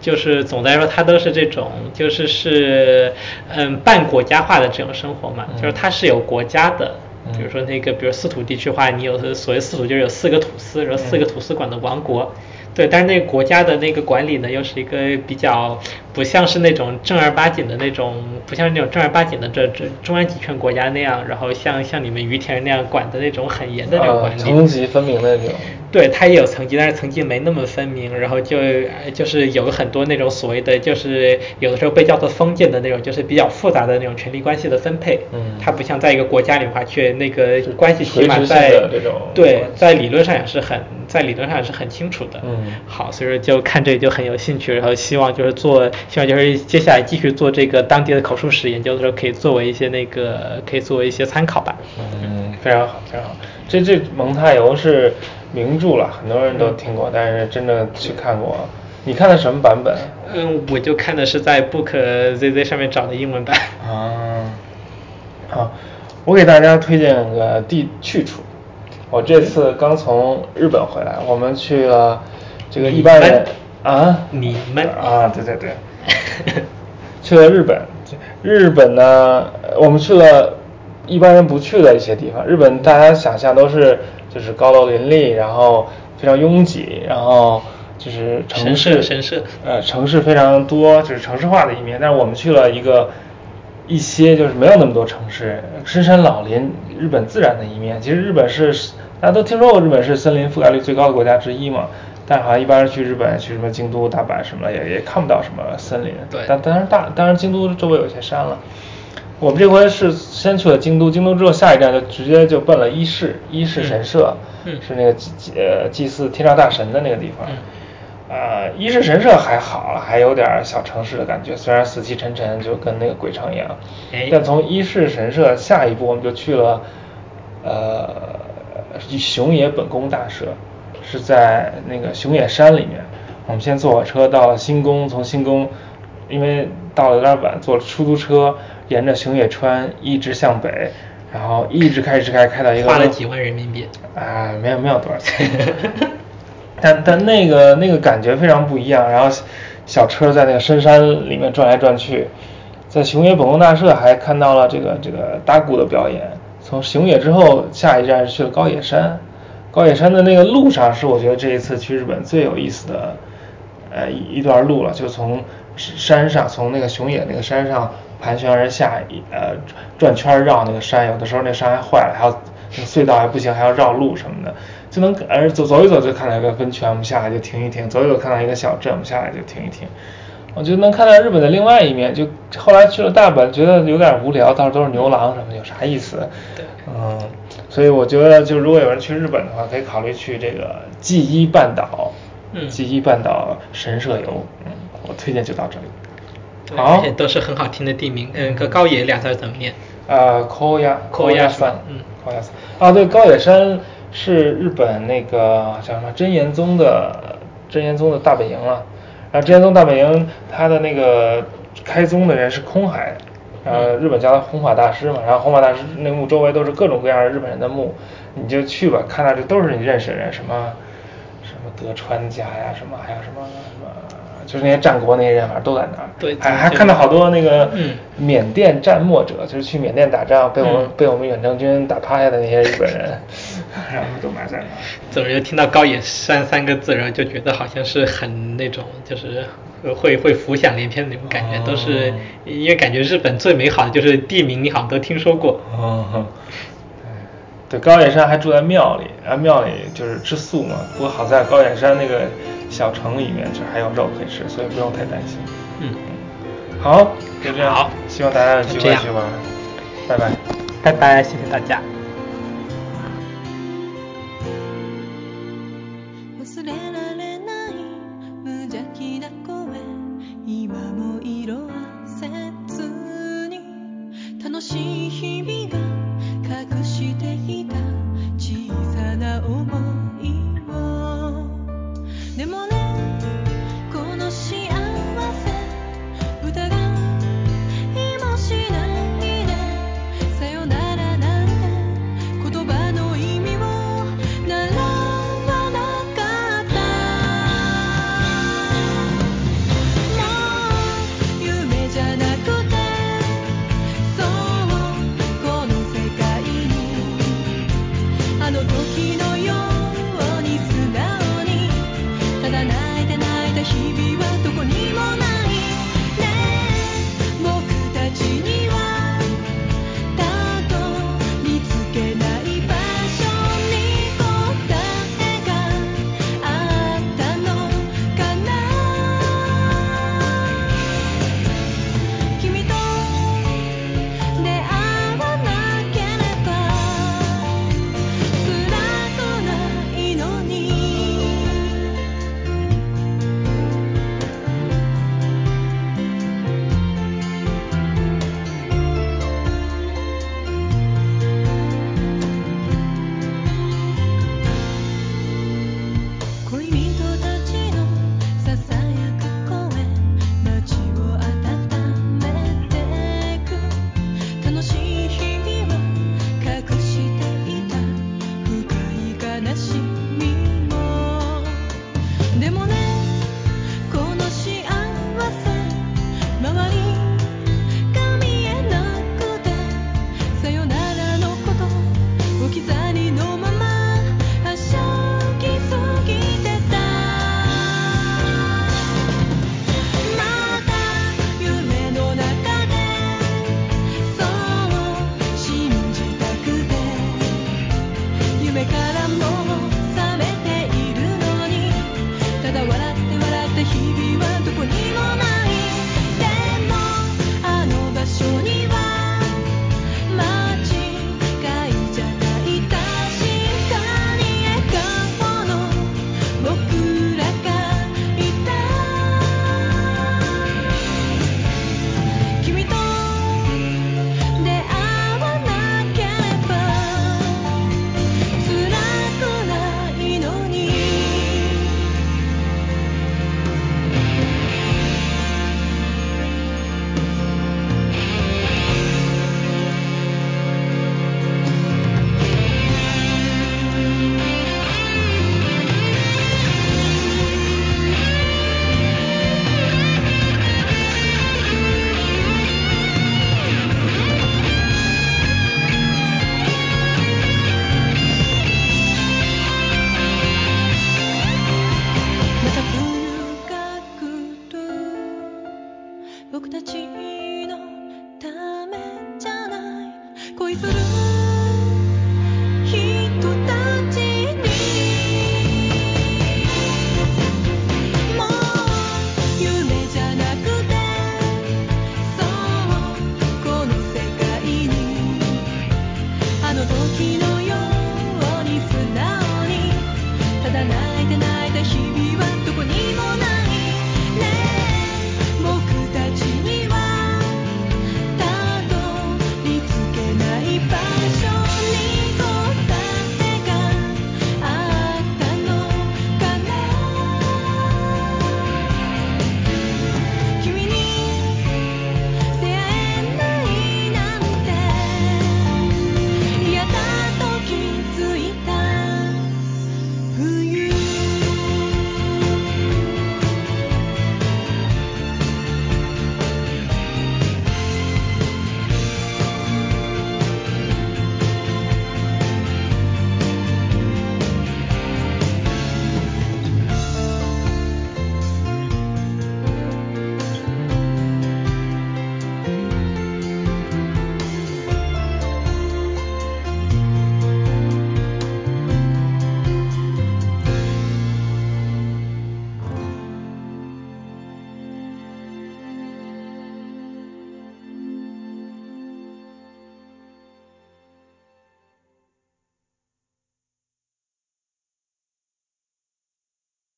就是总的来说，它都是这种就是是嗯半国家化的这种生活嘛，就是它是有国家的。比如说那个，比如四土地区化，你有所谓四土，就是有四个土司，然后四个土司管的王国，对。但是那个国家的那个管理呢，又是一个比较不像是那种正儿八经的那种，不像是那种正儿八经的这这中央集权国家那样，然后像像你们于田那样管的那种很严的那种管
啊
理。
层级分明的那种。
对，它也有层级，但是层级没那么分明，然后就呃就是有很多那种所谓的，就是有的时候被叫做封建的那种，就是比较复杂的那种权力关系的分配。
嗯
它不像在一个国家里的话，却那个关系
垂
起码
直性
在
的这种
对
关，系
在理论上也是很在理论上也是很清楚的。
嗯
好，所以说就看这个就很有兴趣，然后希望就是做，希望就是接下来继续做这个当地的口述史研究的时候，可以作为一些那个可以作为一些参考吧。
嗯，非常好，非常好。这这《蒙太游》是名著了，很多人
嗯
都听过，但是真的去看过。你看的什么版本？
嗯，我就看的是在 Book ZZ 上面找的英文版。
啊，好，我给大家推荐个地去处。我这次刚从日本回来，我们去了这个一般人啊，
你们
啊，对对对，去了日本。日本呢，我们去了一般人不去的一些地方。日本大家想象都是就是高楼林立，然后非常拥挤，然后就是城市
神社神社
呃城市非常多，就是城市化的一面。但是我们去了一个一些就是没有那么多城市，深山老林，日本自然的一面。其实日本是大家都听说过，日本是森林覆盖率最高的国家之一嘛。但是好像一般人去日本，去什么京都、大阪什么的，也也看不到什么森林。
对
但当然大，当然京都周围有些山了。我们这回是先去了京都，京都之后下一站就直接就奔了伊势，伊势神社，
嗯嗯
是那个祭祭呃祭祀天照大神的那个地方。呃，伊势神社还好，还有点儿小城市的感觉，虽然死气沉沉，就跟那个鬼城一样。
哎
但从伊势神社下一步，我们就去了呃熊野本宫大社，是在那个熊野山里面。我们先坐火车到了新宫，从新宫，因为到了有点晚，坐了出租车，沿着熊野川一直向北，然后一直开一直开，开到一个
花了几万人民币。
啊，没有没有多少钱， 但但那个那个感觉非常不一样。然后小小车在那个深山里面转来转去，在熊野本宫大社还看到了这个这个打鼓的表演。从熊野之后，下一站是去了高野山，高野山的那个路上是我觉得这一次去日本最有意思的呃一一段路了，就从山上从那个熊野那个山上盘旋而下，一呃转圈儿绕那个山，有的时候那山还坏了，还要那隧道还不行，还要绕路什么的，就能而走走一走就看到一个温泉，我们下来就停一停，走一走看到一个小镇，我们下来就停一停。我就能看到日本的另外一面，就后来去了大阪，觉得有点无聊，到处都是牛郎什么的，有啥意思？
对
嗯，所以我觉得，就如果有人去日本的话，可以考虑去这个纪伊半岛，
嗯
纪伊半岛神社游，嗯，我推荐就到这里。
对
好
而且，都是很好听的地名。嗯，个高野俩字儿怎么念？
呃，高野
高
野
野
山
山，嗯
高野山啊，对，高野山是日本那个叫什么真言宗的真言宗的大本营了、然后真言宗大本营，他的那个开宗的人是空海，然
嗯
后日本叫他弘法大师嘛，然后弘法大师那墓周围都是各种各样的日本人的墓，你就去吧，看到这都是你认识的人，什么什么德川家呀，什么还有什么什么，就是那些战国那些人，反正都在那儿。
对
还还
就
看到好多那个
嗯
缅甸战没者，就是去缅甸打仗被我们、
嗯
被我们远征军打趴下的那些日本人， 然后都埋在那儿。
怎么就听到高野山三个字，然后就觉得好像是很那种，就是呃会会浮想联翩的那种感觉，
哦
都是因为感觉日本最美好的就是地名，你好像都听说过。
哦，对，高野山还住在庙里，啊，庙里就是吃素嘛。不过好在高野山那个小城里面，就还有肉可以吃，所以不用太担心。
嗯，
好，就这样。
好
希望大家有机
就这
会
样
去玩。拜拜。
拜拜，谢谢大家。